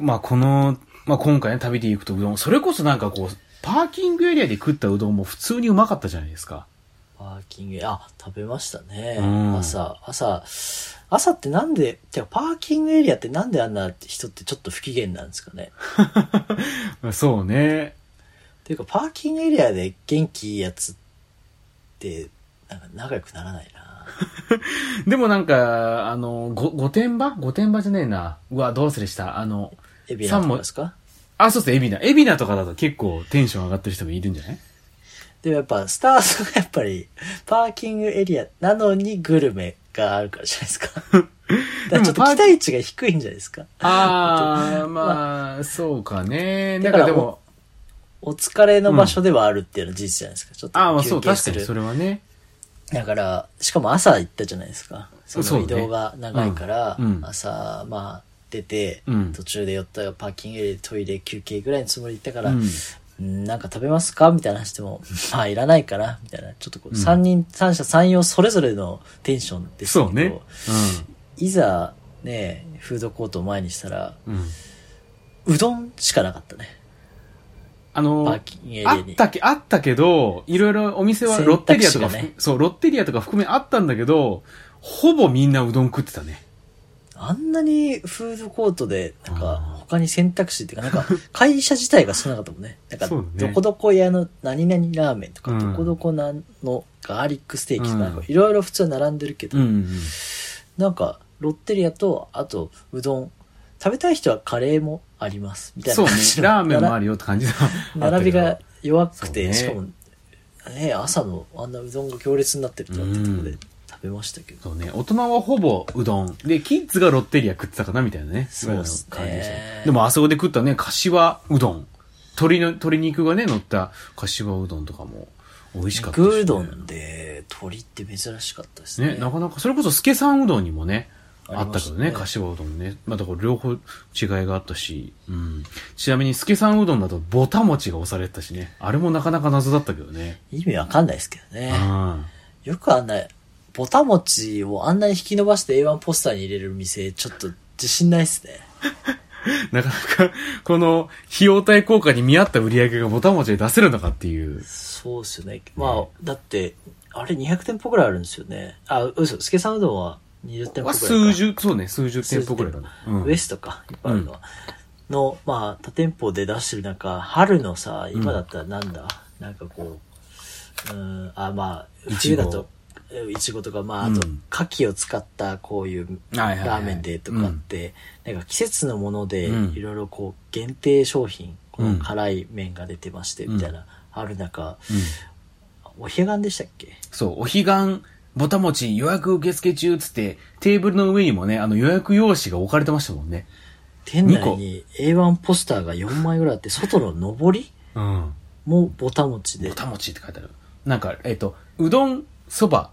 まあこの、まあ今回ね、旅で行くとうどん、それこそなんかこう、パーキングエリアで食ったうどんも普通にうまかったじゃないですか。
パーキング、あ、食べましたね。
うん
朝、朝、朝ってなんで、てかパーキングエリアってなんであんな人ってちょっと不機嫌なんですかね。
そうね。
っていうか、パーキングエリアで元気いいやつって、なんか仲良くならないな。
でもなんか、あの、ご、御殿場御殿場じゃねえな。うわ、どうすれしたあの、
エビナとかですか
あ、そうっすね、エビナ。エビナとかだと結構テンション上がってる人もいるんじゃない
でもやっぱ、スターズがやっぱり、パーキングエリアなのにグルメがあるからじゃない ですか。だからちょっと
パー
期待値が低いんじゃないですか。
ああ、まあ、そうかね。
だ
なん
か
からでも、
お疲れの場所ではあるっていうのは事実じゃないですか。ちょっと
ああ、まあそ
休
う、
憩
確
す
か
る。
にそれはね。
だから、しかも朝行ったじゃないですか。そ
そう
の
ね
移動が長いから、
うんうん
朝、まあ、出て、
うん
途中で寄ったパーキングエリアでトイレ休憩ぐらいのつもりで行ったか
う
ら、
ん。
うんなんか食べますかみたいな話して も、まあ、いらないかなみたいな。ちょっとこう、三人、三者三様それぞれのテンションですけど
そうね。
いざ、ね、フードコートを前にしたら、
うん。うん。
うどんしかなかったね。
あの、
パーキングエリ
あ
ア
っ
に。
たけ、あったけど、いろいろお店は
選
ロッテリアとか、
択肢がね
そう、ロッテリアとか含めあったんだけど、ほぼみんなうどん食ってたね。
あんなにフードコートで、なんか
あー
他に選択肢っていうか、なん か会社自体が少なかったもんね。なんか、
そうだ
ど
ね
こどこ屋の何々ラーメンとか、
うん
どこどこなのガーリックステーキとか、なんか
うん
いろいろ普通は並んでるけど、
ん、
なんかロッテリアと、あとうどん、食べたい人はカレーもあります、みたい
そ
な
うね
感じ。の
ラーメンもあるよって感じだ。
並並びが弱くて、
そ
しか
うね
も、ね、朝のあんなうどんが強烈になってるとはってとこで
うん
食べましたけど。
そうね、大人はほぼうどん。で、キッズがロッテリア食ってたかなみたいなね。
そうっすね
ぐらいの感じでしたね。でもあそこで食ったね、柏うどん。鶏の、鶏肉がね、乗った柏うどんとかも美味しかったし、
肉うどんで鳥って珍しかったですね。
ね、なかなか、それこそ助さんうどんにもね、
あ
あ
り
っ
ま
た
し
け
た
ど
ね
ね、柏うどんね。まあ、だから両方違いがあったし、うん。ちなみに助さんうどんだとぼた餅が押されてたしね。あれもなかなか謎だったけどね。
意味わかんないですけどね
う。ん。
よくあんな、ボタモチをあんなに引き伸ばして A1 ポスターに入れる店、ちょっと自信ないっすね。
なかなか、この、費用対効果に見合った売り上げがぼた餅で出せるのかっていう。
そうっすよね。まあ、だって、あれ200店舗ぐらいあるんですよね。あ、嘘、スケさんうどんは20店舗
は
ぐらいか。
数十、そうね、数十店舗ぐらいだね。うん
ウエストか、いっぱいあるのは。の、まあ、他店舗で出してる中、春のさ、今だったらなんだ、なんかこう、うーん、あ、まあ、
いち
冬
ご
だと、えいちごとか、まあ、あと
うん、
牡蠣を使ったこういうラ
はいはいはい
ーメンでとかって、なんか季節のもので、
うん
いろいろこう、限定商品、こ
う
の
ん
辛い麺が出てまして、
うん
みたいな、ある中、
うん
お彼岸でしたっけ
そう、お彼岸、ぼた餅予約受付中っつって、テーブルの上にもね、あの予約用紙が置かれてましたもんね。
店
二個
内に A1 ポスターが4枚ぐらいあって、外の上り
うん。
もボタ持ちで
ぼ。た餅って書いてある。なんか、えっ、と、うどん、そば、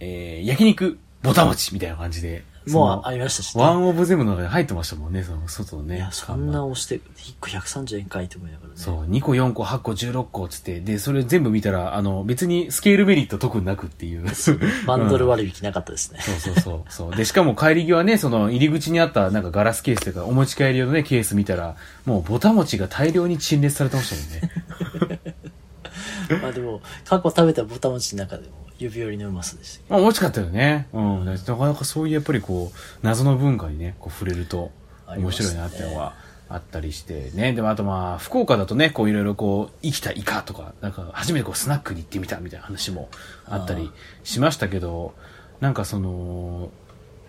えー、焼肉、ぼた餅みたいな感じで。
もうあ
う、
りましたし、ね。
ワンオブゼムの中に入ってましたもんね、その外のね。
いや、そんな押して、1個130円かいと思いながらね。
そう、2個、4個、8個、16個っつって、で、それ全部見たら、あの、別にスケールメリット特になくっ ていう。
バンドル割引なかったですね。
そうそうそう。そう。で、しかも帰り際ね、その入り口にあったなんかガラスケースというか、お持ち帰り用のね、ケース見たら、もうボタ餅が大量に陳列されてましたもんね。
まあでも、過去食べたボタン持ちの中でも、指折りのうまさでしたけ
まあ、美味しかったよね。うん。なかなかそういうやっぱりこう、謎の文化にね、こう触れると、
あり
面
ますね
白いなってのは。あったりしてね。でもあとまあ、福岡だとね、こういろいろこう、生きたイカとか、なんか初めてこうスナックに行ってみたみたいな話もあったりしましたけど、なんかその、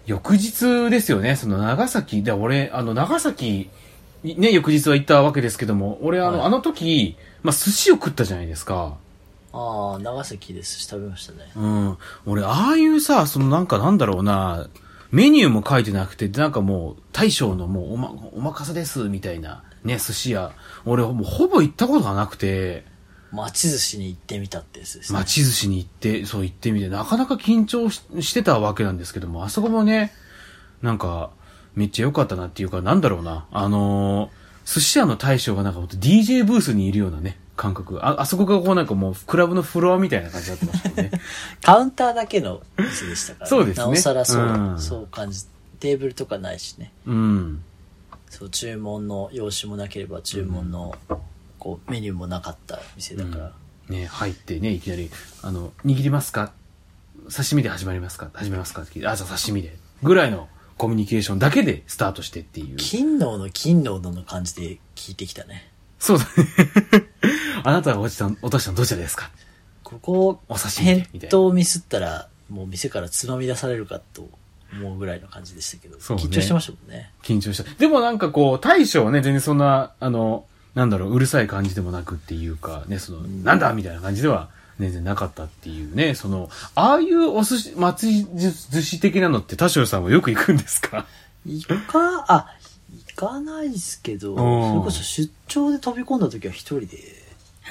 翌日ですよね、その長崎、で俺、あの長崎に、ね、翌日は行ったわけですけども、俺あの、
はい
あの時、まあ寿司を食ったじゃないですか。
ど。ああ、長崎ですし、食べましたね。
うん。俺、ああいうさ、そのなんかなんだろうな、メニューも書いてなくて、なんかもう、大将のもうおま、お任せです、みたいな、ね、寿司屋。俺、もうほぼ行ったことがなくて、
町寿司に行ってみたってやつですね。
町寿司に行って、そう行ってみて、なかなか緊張ししてたわけなんですけども、あそこもね、なんか、めっちゃ良かったなっていうか、なんだろうな、あのー寿司屋の大将がなんかほんと DJ ブースにいるようなね、感覚。あ、あそこがこうなんかもう、クラブのフロアみたいな感じだったましたもんね。
カウンターだけの店でしたから、
そうですね
なおさらそう、
うん
そう感じ、テーブルとかないしね。
うん。
そう、注文の用紙もなければ、注文の、こう、メニューもなかった店だから。
ね、入ってね、いきなり、あの、握りますか刺身で始まりますか始めますかって聞いて、あ、じゃあ刺身で。ぐらいのコミュニケーションだけでスタートしてっていう。
金のの金ののの感じで聞いてきたね。
そうだね。 あなたが落ちた、落としたのどちらですか
ここ
お刺身で
返
みたいな
答をミスったら、もう店からつまみ出されるかと思うぐらいの感じでしたけど、
そうね
緊張してましたもんね。
緊張した。でもなんかこう、大将はね、全然そんな、あの、なんだろう、うるさい感じでもなくっていうか、ね、その、なんだみたいな感じでは、全然なかったっていうね、その、ああいうお寿司、松寿司的なのって田代さんはよく行くんですか
行か、あ、行かないですけど、
ん
それこそ出張で飛び込んだ時は一人で、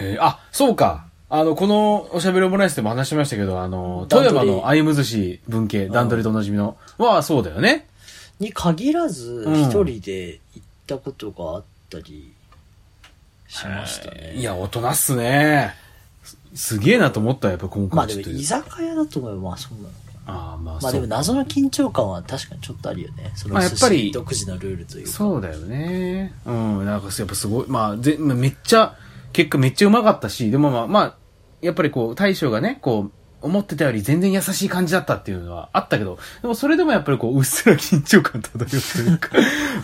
へえあ、そうか。あの、このおしゃべりオムライスでも話しましたけど、あの、
段
富
取り
山のあゆむ寿司文系、段取りとおなじみの、は、そうだよね。
に限らず、
うん
一人で行ったことがあったりしましたね。
いや、大人っすね。すすげえなと思った、やっぱ今回
まあでも
ちょっと
居酒屋だと思えばまあそうなのかな。
ああ、まあ、
まあでも
そう
謎の緊張感は確かにちょっとあるよね。その
まあやっぱり
寿司独自のルールというか。
そうだよね。うん、なんかやっぱすごい、まあ、ぜまあめっちゃ結果めっちゃうまかったし、でもまあ、まあ、やっぱりこう、大将がね、こう、思ってたより全然優しい感じだったっていうのはあったけど、でもそれでもやっぱりこう、うっすら緊張感漂うというか、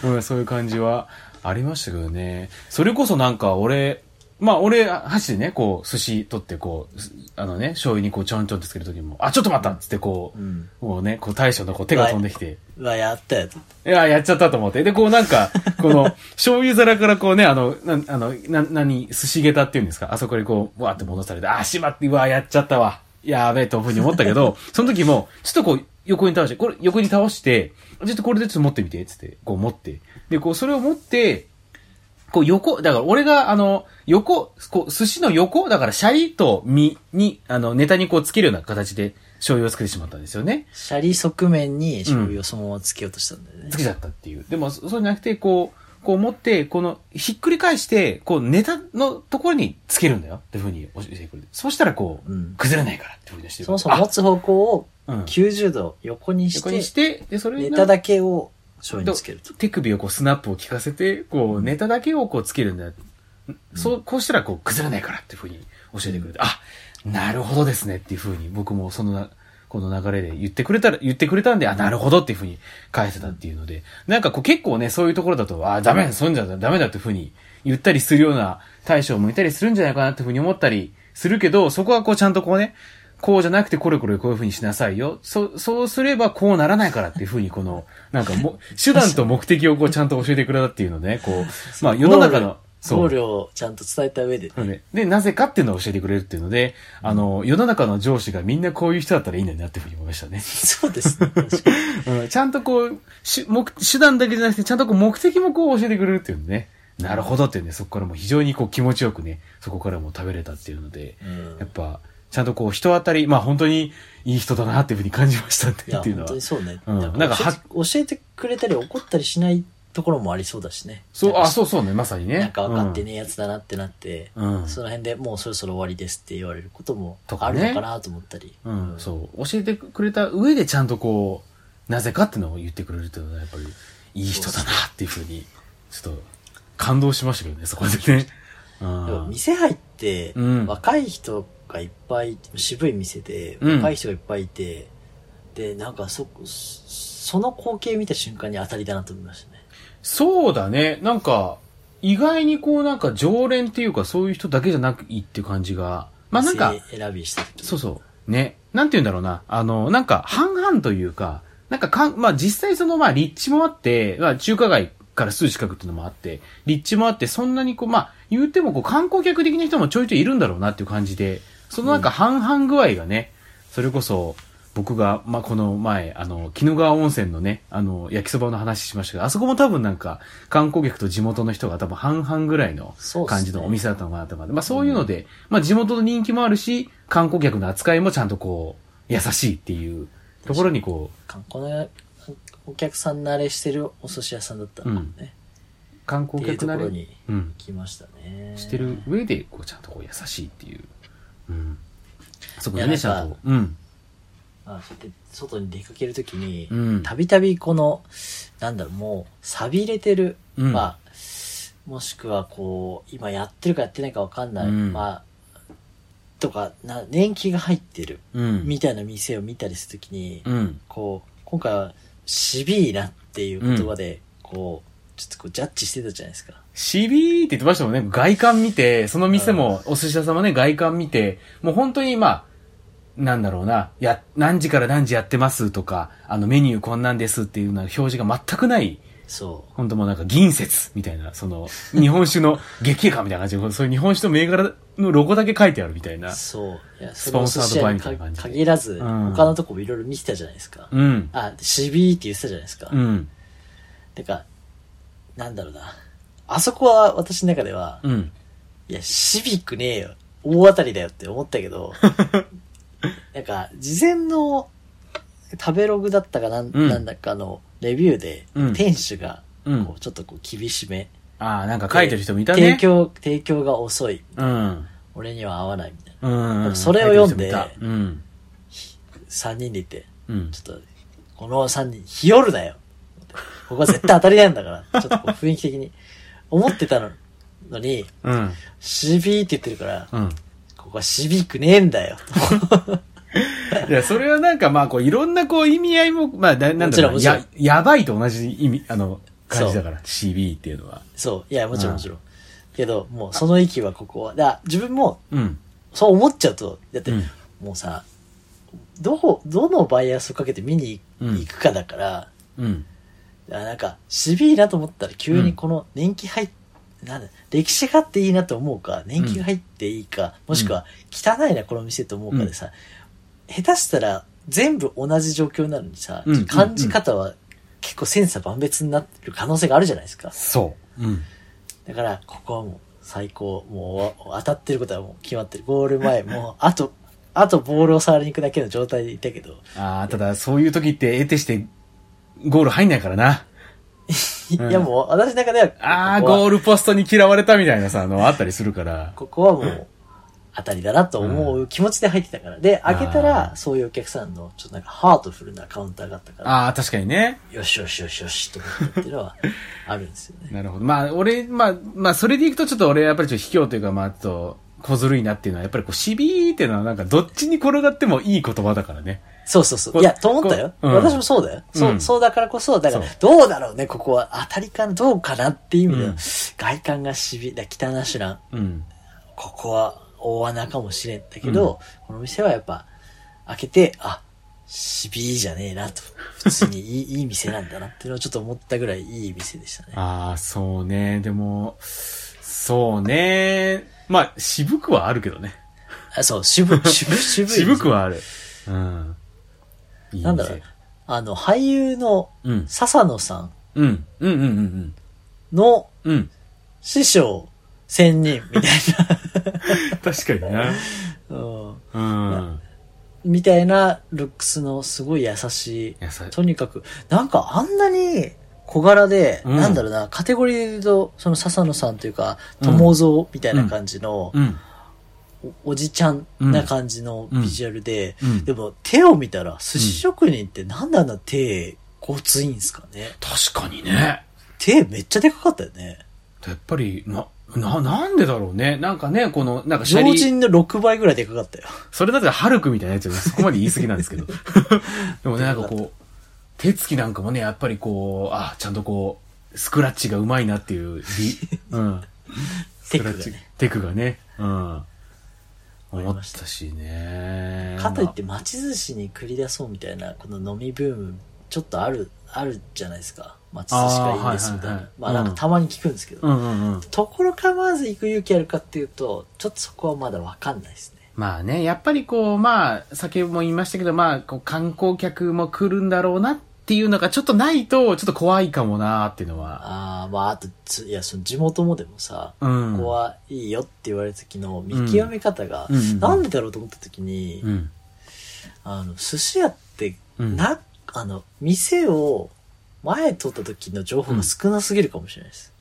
うん、そういう感じはありましたけどね。それこそなんか俺、まあ俺、箸でね、こう、寿司取ってこう、すあのね、醤油にこう、ちょんちょんってつけるときも、あ、ちょっと待ったっつってこう、
うん
もうね、こう大将のこう手が飛んできて、
うわ、やったやつ。
いや、やっちゃったと思って。で、こうなんか、この、醤油皿からこうね、あの、な、あの、な、なに、寿司下駄っていうんですかあそこにこう、わーって戻されて、あー、しまって、うわー、やっちゃったわ。やーべえ、というふうに思ったけど、その時も、ちょっとこう、横に倒して、これ、横に倒して、ちょっとこれでちょっと持ってみて、つって、こう持って。で、こう、それを持って、こう横、だから俺があの、横、こう、寿司の横、だからシャリと身に、あの、ネタにこうつけるような形で醤油をつけてしまったんですよね。
シャリ側面に醤油をそのままつけようとしたんだよね
つ。けちゃったっていう。でも、そそうじゃなくて、こう、こう持って、この、ひっくり返して、こう、ネタのところにつけるんだよ。っていうふうに教えてくれて。そうしたら、こう、
うん
崩れないからっていうふうにしてる。
そもそも持
あ
つ方向を
うん。
90度横にし、
横にしてて、で、それ
ネ
に
タだけを醤油につけると。
手首をこう、スナップを効かせて、こう、ネタだけをこう、つけるんだよ。そう、こうしたら、こう、崩れないからっていうふうに教えてくれて。あ、なるほどですねっていうふうに、僕もそのな、この流れで言ってくれたら、言ってくれたんで、あ、なるほどっていうふうに返せたっていうので、なんかこう結構ね、そういうところだと、あ、ダメそういうんじゃダメだっていうふうに言ったりするような対象もいたりするんじゃないかなっていうふうに思ったりするけど、そこはこうちゃんとこうね、こうじゃなくてこれこれこういうふうにしなさいよ。そう、そうすればこうならないからっていうふうにこの、なんかも、手段と目的をこうちゃんと教えてくれたっていうのね、こう、まあ世の中の、
ゴールをちゃんと伝えた上でね。
そうね。で、なぜかっていうのを教えてくれるっていうので、あの、世の中の上司がみんなこういう人だったらいいのになっていうふうに思いました ね。
そうですね。確かに
うん、ちゃんとこう、し目手段だけじゃなくて、ちゃんとこう目的もこう教えてくれるっていうのね。なるほどっていうね、そこからも非常にこう気持ちよくね、そこからも食べれたっていうので、
うん
や っぱ、ちゃんとこう人当たり、まあ本当にいい人だなっていうふうに感じましたって
い
っ
や、
ていう
本
のは
当に。そうね。
うんなんかは
教えて教えてくれたり怒ったりしないところもありそうだしね。
そう、
なん
あ、
か
そうそうね、まさにね。
なんか分かって
うん
ねえやつだなってなって、
うん
その辺でもうそろそろ終わりですって言われることも
と
あ
か
る
ね
のかなと思ったり。
うん、そう。教えてくれた上でちゃんとこう、なぜかっていうのを言ってくれるっていうのはやっぱり、いい人だなっていうふうに、ちょっと、感動しましたけどね、そこで ね。う
でも
ん。
店入って、
うん
若い人がいっぱい、渋い店で、
うん
若い人がいっぱいいて、で、なんかそ、その光景見た瞬間に当たりだなと思いましたね。
そうだね、なんか、意外にこうなんか常連っていうかそういう人だけじゃなくいいっていう感じが、まあなんか、
店選びした時
そうそう。ね。なんて言うんだろうな。あの、なんか、半々というか、なんかかん、まあ実際その、まあ立地もあって、まあ中華街からすぐ近くっていうのもあって、立地もあって、そんなにこう、まあ言ってもこう観光客的な人もちょいちょいいるんだろうなっていう感じで、そのなんか半々具合がね、それこそ、僕が、まあ、この前、あの、鬼怒川温泉のね、あの、焼きそばの話しましたけど、あそこも多分なんか、観光客と地元の人が多分半々ぐらいの
そうっすね
感じのお店だったのかなとか、まあそういうので、まあ地元の人気もあるし、観光客の扱いもちゃんとこう、優しいっていうところにこう、
観光のお客さん慣れしてるお寿司屋さんだったのかもね、
観
っ
光
ていう
客
とこ
な
ろ
り、
に
うん、
来ましたね。
してる上で、こうちゃんとこう優しいっていう、うん。そこで
いやなん
ね、
か
ちゃんと、うん、
あそうやって外に出かけるときに
う、ん、
たびたびこの、なんだろう、もう、錆びれてる、
うん
まあ、もしくはこう、今やってるかやってないかわかんない、
うん
まあ、とか、な、年季が入ってる、
うん、
みたいな店を見たりするときに、
うん、
こう、今回は、しびいなっていう言葉で、こう、ちょっとこう、ジャッジしてたじゃないですか。
しびーって言ってましたもんね。外観見て、その店も、お寿司屋さんもね、外観見て、もう本当にまあ、なんだろうな、や、何時から何時やってますとか、あのメニューこんなんですっていうような表示が全くない、
そ
本当もうなんか銀節みたいな、その、日本酒の劇画みたいな感じで、そういう日本酒の銘柄のロゴだけ書いてあるみたいな
う。。そう。いや、
スポンサードバイみたいな感じで
そのお寿司屋に限らず、
うん
他のとこもいろいろ見てたじゃないですか。
うん。
あ、しびーって言ってたじゃないですか。
うん。
てか、なんだろうな。あそこは私の中では、
うん。
いや、シビックねえよ。大当たりだよって思ったけ ど、なんか、事前の食べログだったかなん,、
うん
なんだかのレビューで、
うん
店主が、
うん
こうちょっとこう厳しめ。
ああ、なんか書いてる人もいた
提
ね。
供、提供が遅い。
うん。
俺には合わないみたいな。
うんうん。
それを読んで
書いてる人もいたうん。
3人でいて、
うん。
ちょっと、この3人、日和るだよ。ここは絶対当たりなんだから、ちょっとこう雰囲気的に。思ってたののに、
うん。
シビーって言ってるから、
うん。
ここはシビくねえんだよ。
いや、それはなんかまあ、こう、いろんなこう、意味合いも、まあ、ななん
も
だ
ちろ
ろ
ん
う、
もちろん
や、やばいと同じ意味、あの、感じだから、CB っていうのは。
そう。いや、もちろ
うん
んもちろん。けど、もうその域はここは。だから自分も
うん。
そう思っちゃうと、だって、
うん
もうさ、どう、どのバイアスをかけて見に
うん
行くかだから、
うん。
あなんか、しびいなと思ったら急にこの年季入っ、なんだ、歴史があっていいなと思うか、年季が入っていいか、もしくは汚いなこの店と思うかでさ、下手したら全部同じ状況なのにさ、
うん
感じ方は結構千差万別になってる可能性があるじゃないですか。
そう。うん。
だから、ここはもう最高。もう当たってることはもう決まってる。ゴール前、 もうあと、あとボールを触りに行くだけの状態でいたけど、
ああ、ただ、そういう時って、得てして、ゴール入んないからな。
い
うん
やもう私の中では、
ああ、
ここは
ゴールポストに嫌われたみたいなさ、あの、あったりするから。
ここはもう当たりだなと思う気持ちで入ってたから。で、開けた
あ
ら、そういうお客さんのちょっとなんかハートフルなカウンターがあったから、
ああ、確かにね。
よしよしよしよしと思ったっていうのは あるんですよね。
なるほど。まあ、俺、まあ、まあ、それでいくとちょっと俺、やっぱりちょっと卑怯というか、まあ、ちょっと、小ずるいなっていうのは、やっぱりこう、しびーっていうのは、なんか、どっちに転がってもいい言葉だからね。
そうそうそう。
こ
いや、と思ったよ。
こうん
私もそうだよ。そうう、
ん
そうだからこそ、だから
そう、
どうだろうね、ここは。当たりかな、どうかなっていう意味で
うん
は、外観がしび、だ汚らしら、
うん。
ここは大穴かもしれんだけど、この店はやっぱ、開けて、あ、しびいじゃねえなと。普通にいい いい店なんだなっていうのをちょっと思ったぐらいいい店でしたね。
ああ、そうね。でも、そうね。まあ、渋くはあるけどね。
あそう、 渋、渋、渋い。
渋くはある。うん。いい店
なんだろう。あの、俳優の
うん。
笹野さん
うん。うんうんうん
の
うん。うん。
師匠仙人みたい
確かにな。
な、うん、
うん。
みたいなルックスのすごい優しい。
いや、さ、
とにかく、なんかあんなに小柄で、
うん
なんだろうな、カテゴリーで言うと、その笹野さんというか、
うん
友蔵みたいな感じの、
うん。
おおじちゃんな感じのビジュアルで、
うん。
でも手を見たら、寿司職人ってなんであんな手、ごついんすかね。
確かにね。
手めっちゃでかかったよね。
やっぱり、な、な、なんでだろうね。なんかね、この、なんかシャ
常
リ、
人の6倍ぐらいでかかったよ。
それだってハルクみたいなやつよね。そこまで言い過ぎな んですけど。でもね、なんかこう、手つきなんかもね、やっぱりこう、あ、ちゃんとこう、スクラッチがうまいなっ ていう、りうん。
テクがね
スクラッチ。テクがね。うん。
り
思っ
ました
たしね。
かといって町寿司に繰り出そうみたいな、この飲みブーム、ちょっとある、あるじゃないですか。町寿司がいいんですみたい
あーはいはいはい
な。まあなんかたまに聞くんですけど。
まあ。うんうんうん。
ところ構わず行く勇気あるかっていうと、ちょっとそこはまだわかんないですね。
まあね、やっぱりこう、まあ、先も言いましたけど、まあ、こう、観光客も来るんだろうなっていうのがちょっとないと、ちょっと怖いかもなっていうのは。
ああ、まああとつ、いや、その地元もでもさ、
うん。
ここ
い。
はいいよって言われた時の見極め方が、
うんうん
なんでだろうと思った時に、
うん。
あの、寿司屋って、
うん
な、あの、店を前通った時の情報が少なすぎるかもしれないです。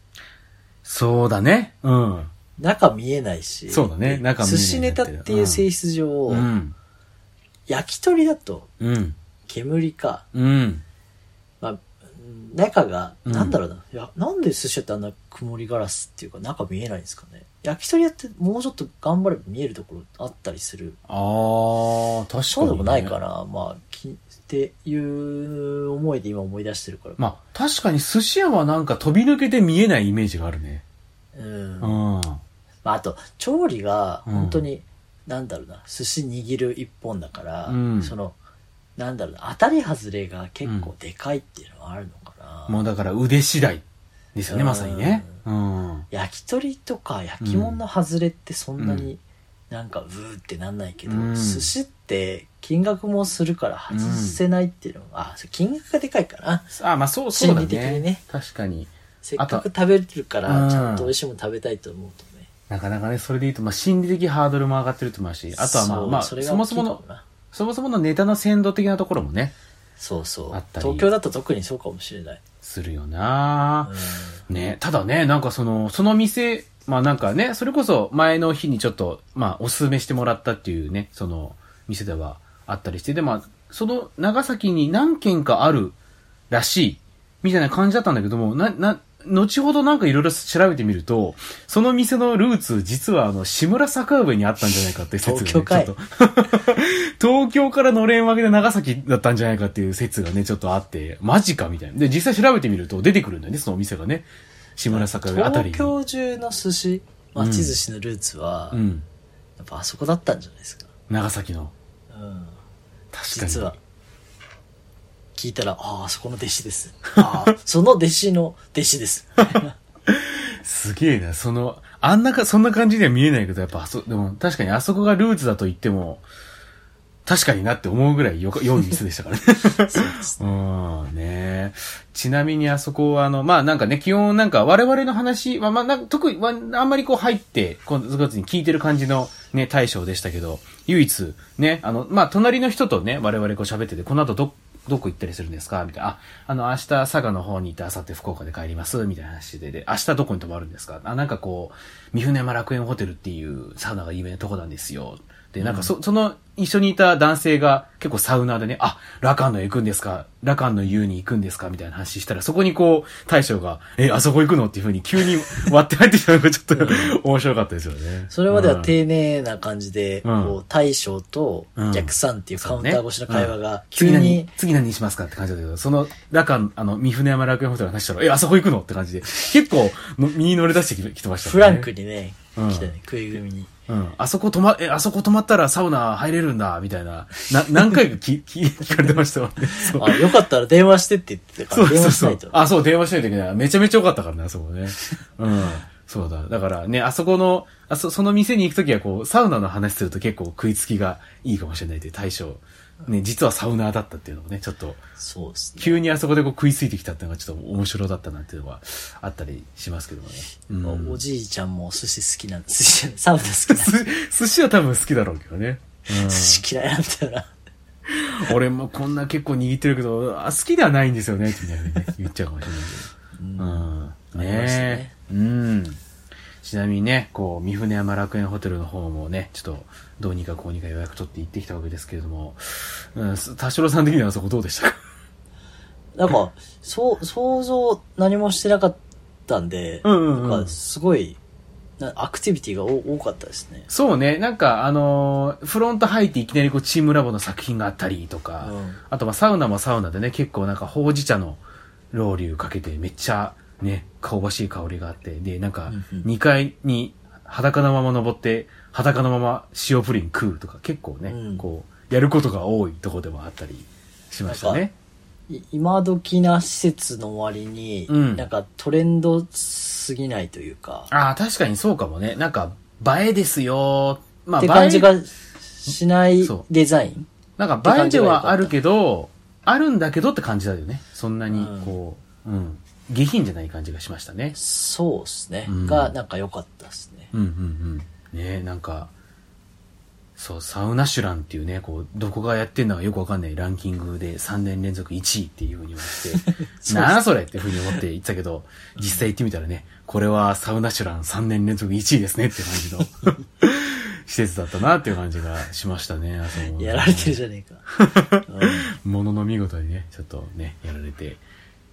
そうだね。うん。
中見えないし。
そうだね中見え
寿
ない
司ネタっていう性質上、
うん。
焼き鳥だと
うん。
煙か、
うん。
まあ、うん中が、
うん
なんだろうな、いや、なんで寿司屋ってあんな曇りガラスっていうか中見えないんですかね。焼き鳥屋ってもうちょっと頑張れば見えるところあったりする。
ああ、確かに、ね。
そうでもないか。な、まあ、きっていう思いで今思い出してるから。
まあ、確かに寿司屋はなんか飛び抜けて見えないイメージがあるね。
うん。
う
ま
ん。
あ、あと、調理が
うん
本当に、なんだろうな、寿司握る一本だから、
うん
その、なんだろうな、当たり外れが結構でかいっていうのはあるのかな。
もうだから腕次第ですよね、
うん
まさにね。うん。
焼き鳥とか焼き物の外れってそんなになんかブーってなんないけど、
うん
寿司って金額もするから外せないっていうのが、あそれ金額がでかいかな
あまあそう、そうだ
心理的
ね。
にね
確かに。
せっ
あと
かく食べれるか
うん
らちゃんと美味しいもの食べたいと思うとね
なかなかね、それで言うと、まあ、心理的ハードルも上がってると思うし、あとはまあ、
そう
まあ、
そ
そ
れが
もそも
大き
の
いか、もな
そもそものネタの先導的なところもね、
そうそう
あったり
東京だと特にそうかもしれない、
するよな
うん、
ね、ただね、なんかその、その店、まあなんかね、それこそ前の日にちょっと、まあおすすめしてもらったっていうね、その店ではあったりして、でまあ、その長崎に何軒かあるらしい、みたいな感じだったんだけども、な、な、後ほどなんかいろいろ調べてみると、その店のルーツ、実はあの、志村坂上にあったんじゃないかっていう説が、ね、
東京かい
ちょっと東京からのれん分けで長崎だったんじゃないかっていう説がね、ちょっとあって、マジかみたいな。で、実際調べてみると出てくるんだよね、そのお店がね。志村坂上あたり
東
に。
京中の寿司、町寿司のルーツは、
う
や
ん。
っぱあそこだったんじゃないですか。
長崎の。
うん。
確かに。
実は。聞いたら、ああ、あそこの弟子です。あ あ、その弟子の弟子です。
すげえな、その、あんなか、そんな感じには見えないけど、やっぱ、あそ、でも、確かにあそこがルーツだと言っても、確かになって思うぐらいよか、良い店でしたからね。
そうです。
うん、ねえちなみにあそこは、あの、まあなんかね、基本なんか我々の話、まあまあ、なんか特に、まあ、あんまりこう入って、このやつに聞いてる感じのね、大将でしたけど、唯一、ね、あの、まあ隣の人とね、我々こう喋ってて、この後ど、どこ行ったりするんですかみたいな。あ、あの、明日佐賀の方に行って、明後日福岡で帰りますみたいな話で、で、明日どこに泊まるんですかあ、なんかこう、三船山楽園ホテルっていうサウナが有名なとこなんですよ。で、なんかそ、その、一緒にいた男性が結構サウナーでね、あ、ラカンの行くんですかラカンの湯に行くんですかみたいな話したら、そこにこう、大将が、え、あそこ行くのっていう風に急に割って入ってきたのがちょっと面白かったですよね。
それまで
う
は
ん
丁寧な感じで、
うん
こう、大将と
うん
お客さんっていうカウンター越しの会話が、
次
急
何
に、、
次何にしますかって感じだったけど、その、ラカン、あの、三船山楽園ホテルの話したら、え、あそこ行くのって感じで、結構の、身に乗り出してききてました、ね。
フランクにね、
うん
来たね、食い組みに。
うん。あそこ止ま、え、あそこ止まったらサウナ入れるんだ、みたいな。な、何回か聞、聞 聞かれてましたもんね。そう
あ、よかったら電話してって言ってたから、
そう
電
そう
話し
そ
ないうと。。
あ、そう、電話しないといけない。めちゃめちゃ良かったからね、あそこ ね。うん。そうだ。だからね、あそこの、あそ、その店に行くときはこう、サウナの話すると結構食いつきがいいかもしれないという対象。ね、実はサウナーだったっていうのもね、ちょっと、
そうですね。
急にあそこでこう食いついてきたっていうのがちょっと面白だったなっていうのはあったりしますけどもね。うん。
おじいちゃんも寿司好きなんです。寿司じゃないサウナ好きなんです
寿司は多分好きだろうけどね。うん。
す。寿司嫌いなんだよな。
俺もこんな結構握ってるけど、あ好きではないんですよね、みたいなね、言っちゃうかもしれないけど。うん。
ありました
ね
ね
え。うん。ちなみにね、こう、三船山楽園ホテルの方もね、ちょっと、どうにかこうにか予約取って行ってきたわけですけれども、うん、す田代さん的にはそこどうでしたか
なんか、そう、想像何もしてなかったんで、
うんうんうん
なんかすごい、なアクティビティが多多かったですね。
そうね、なんか、あのーフロント入っていきなりこう、チームラボの作品があったりとか、
うん
あとはサウナもサウナでね、結構なんかほうじ茶のロウリュかけてめっちゃね、香ばしい香りがあって、で、なんか
うんうん
2階に裸のまま登って、裸のまま塩プリン食うとか結構ね、
うん
こう、やることが多いとこでもあったりしましたね。
い今時な施設の割に、
うん
なんかトレンドすぎないというか、
ああ、確かにそうかもね。なんか、映えですよー。ま
って感じ
映え
がしない
そう
デザイン。
なん
て
か映え
感じが
で
良かった
はあるけど、あるんだけどって感じだよね。そんなに、こう、うん、下品じゃない感じがしましたね。
そうですね。
うん
が、なんか良かったですね。
うんうんうん。ねえ、なんか、そう、サウナシュランっていうね、こう、どこがやってんのかよくわかんないランキングで3年連続1位っていうふうに思 って、なあそれっていうふうに思って言ってたけど、実際行ってみたらね、これはサウナシュラン3年連続1位ですねって感じの 施設だったなっていう感じがしましたね、あそこもね
やられてるじゃねえ か。うん
ものの見事にね、ちょっとね、やられて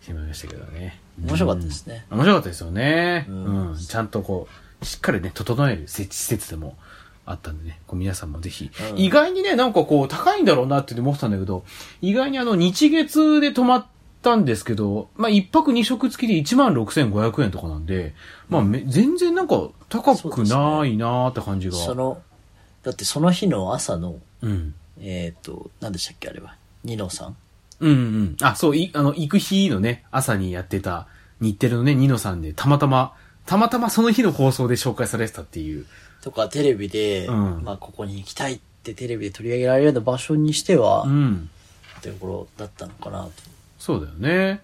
しまいましたけどね。
面白かったですね
うん。面白かったですよね。う、
うんん
ちゃんとこう、しっかりね、整える設施施設でもあったんでね、こう皆さんもぜひ、
うん
意外にね、なんかこう、高いんだろうなって思ってたんだけど、意外にあの、日月で泊まったんですけど、まあ、一泊二食付きで16,500円とかなんで、まあ、め全然なんか高くないなーって感じが。
その、だってその日の朝の、
うん。
えっ、と、何でしたっけあれは。ニノさん
うんうん。あ、そう、い、あの、行く日のね、朝にやってた、日テレのね、ニノさんで、たまたま、たまたまその日の放送で紹介されてたっていう。
とかテレビで、
うん
まあここに行きたいってテレビで取り上げられるような場所にしては、
う
っ
ん。
てところだったのかなと。
そうだよね。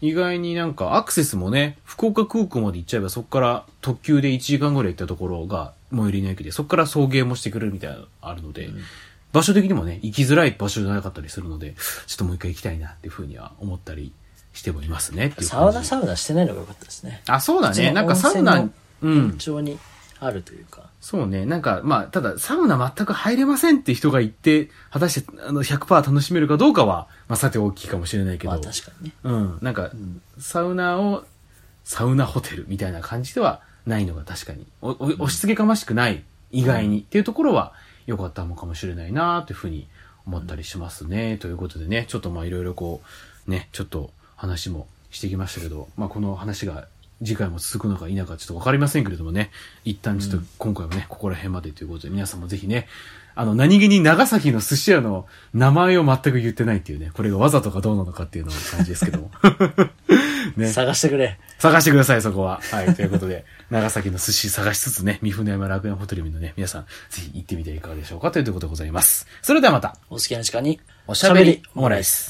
意外になんか、アクセスもね、福岡空港まで行っちゃえば、そこから特急で1時間ぐらい行ったところが、最寄りの駅で、そこから送迎もしてくれるみたいなのあるので、場所的にもね、行きづらい場所じゃなかったりするので、ちょっともう一回行きたいなっていうふうには思ったりしてもいますね。っていう
サ
感
ウ
じ
ナサウナしてないのが良かったですね。
あ、そうだ
その
ね。なんかサウナ
温、
う
温
ん。
泉の延長にあるというか。
そうね。なんか、まあ、ただ、サウナ全く入れませんって人が言って、果たして、あの、100%楽しめるかどうかは、まあ、さて大きいかもしれないけど。
まあ確かにね。
うん。なんか、サウナを、サウナホテルみたいな感じではないのが確かに、おお押し付けがましくない、意外に、っていうところは良かったのかもしれないなというふうに思ったりしますね。ということでね、ちょっとまあいろいろこう、ね、ちょっと話もしてきましたけど、まあこの話が次回も続くのか否かちょっとわかりませんけれどもね、一旦ちょっと今回もね、ここら辺までということで、皆さんもぜひね、あの、何気に長崎の寿司屋の名前を全く言ってないっていうね、これがわざとかどうなのかっていうのも感じですけども。ね
探してくれ。
探してください、そこは。はい、ということで、長崎の寿司探しつつね、三船山楽園ホテルのね、皆さん、ぜひ行ってみてはいかがでしょうかということでございます。それではまた、
お好きな時間に、
おしゃべりオムライス。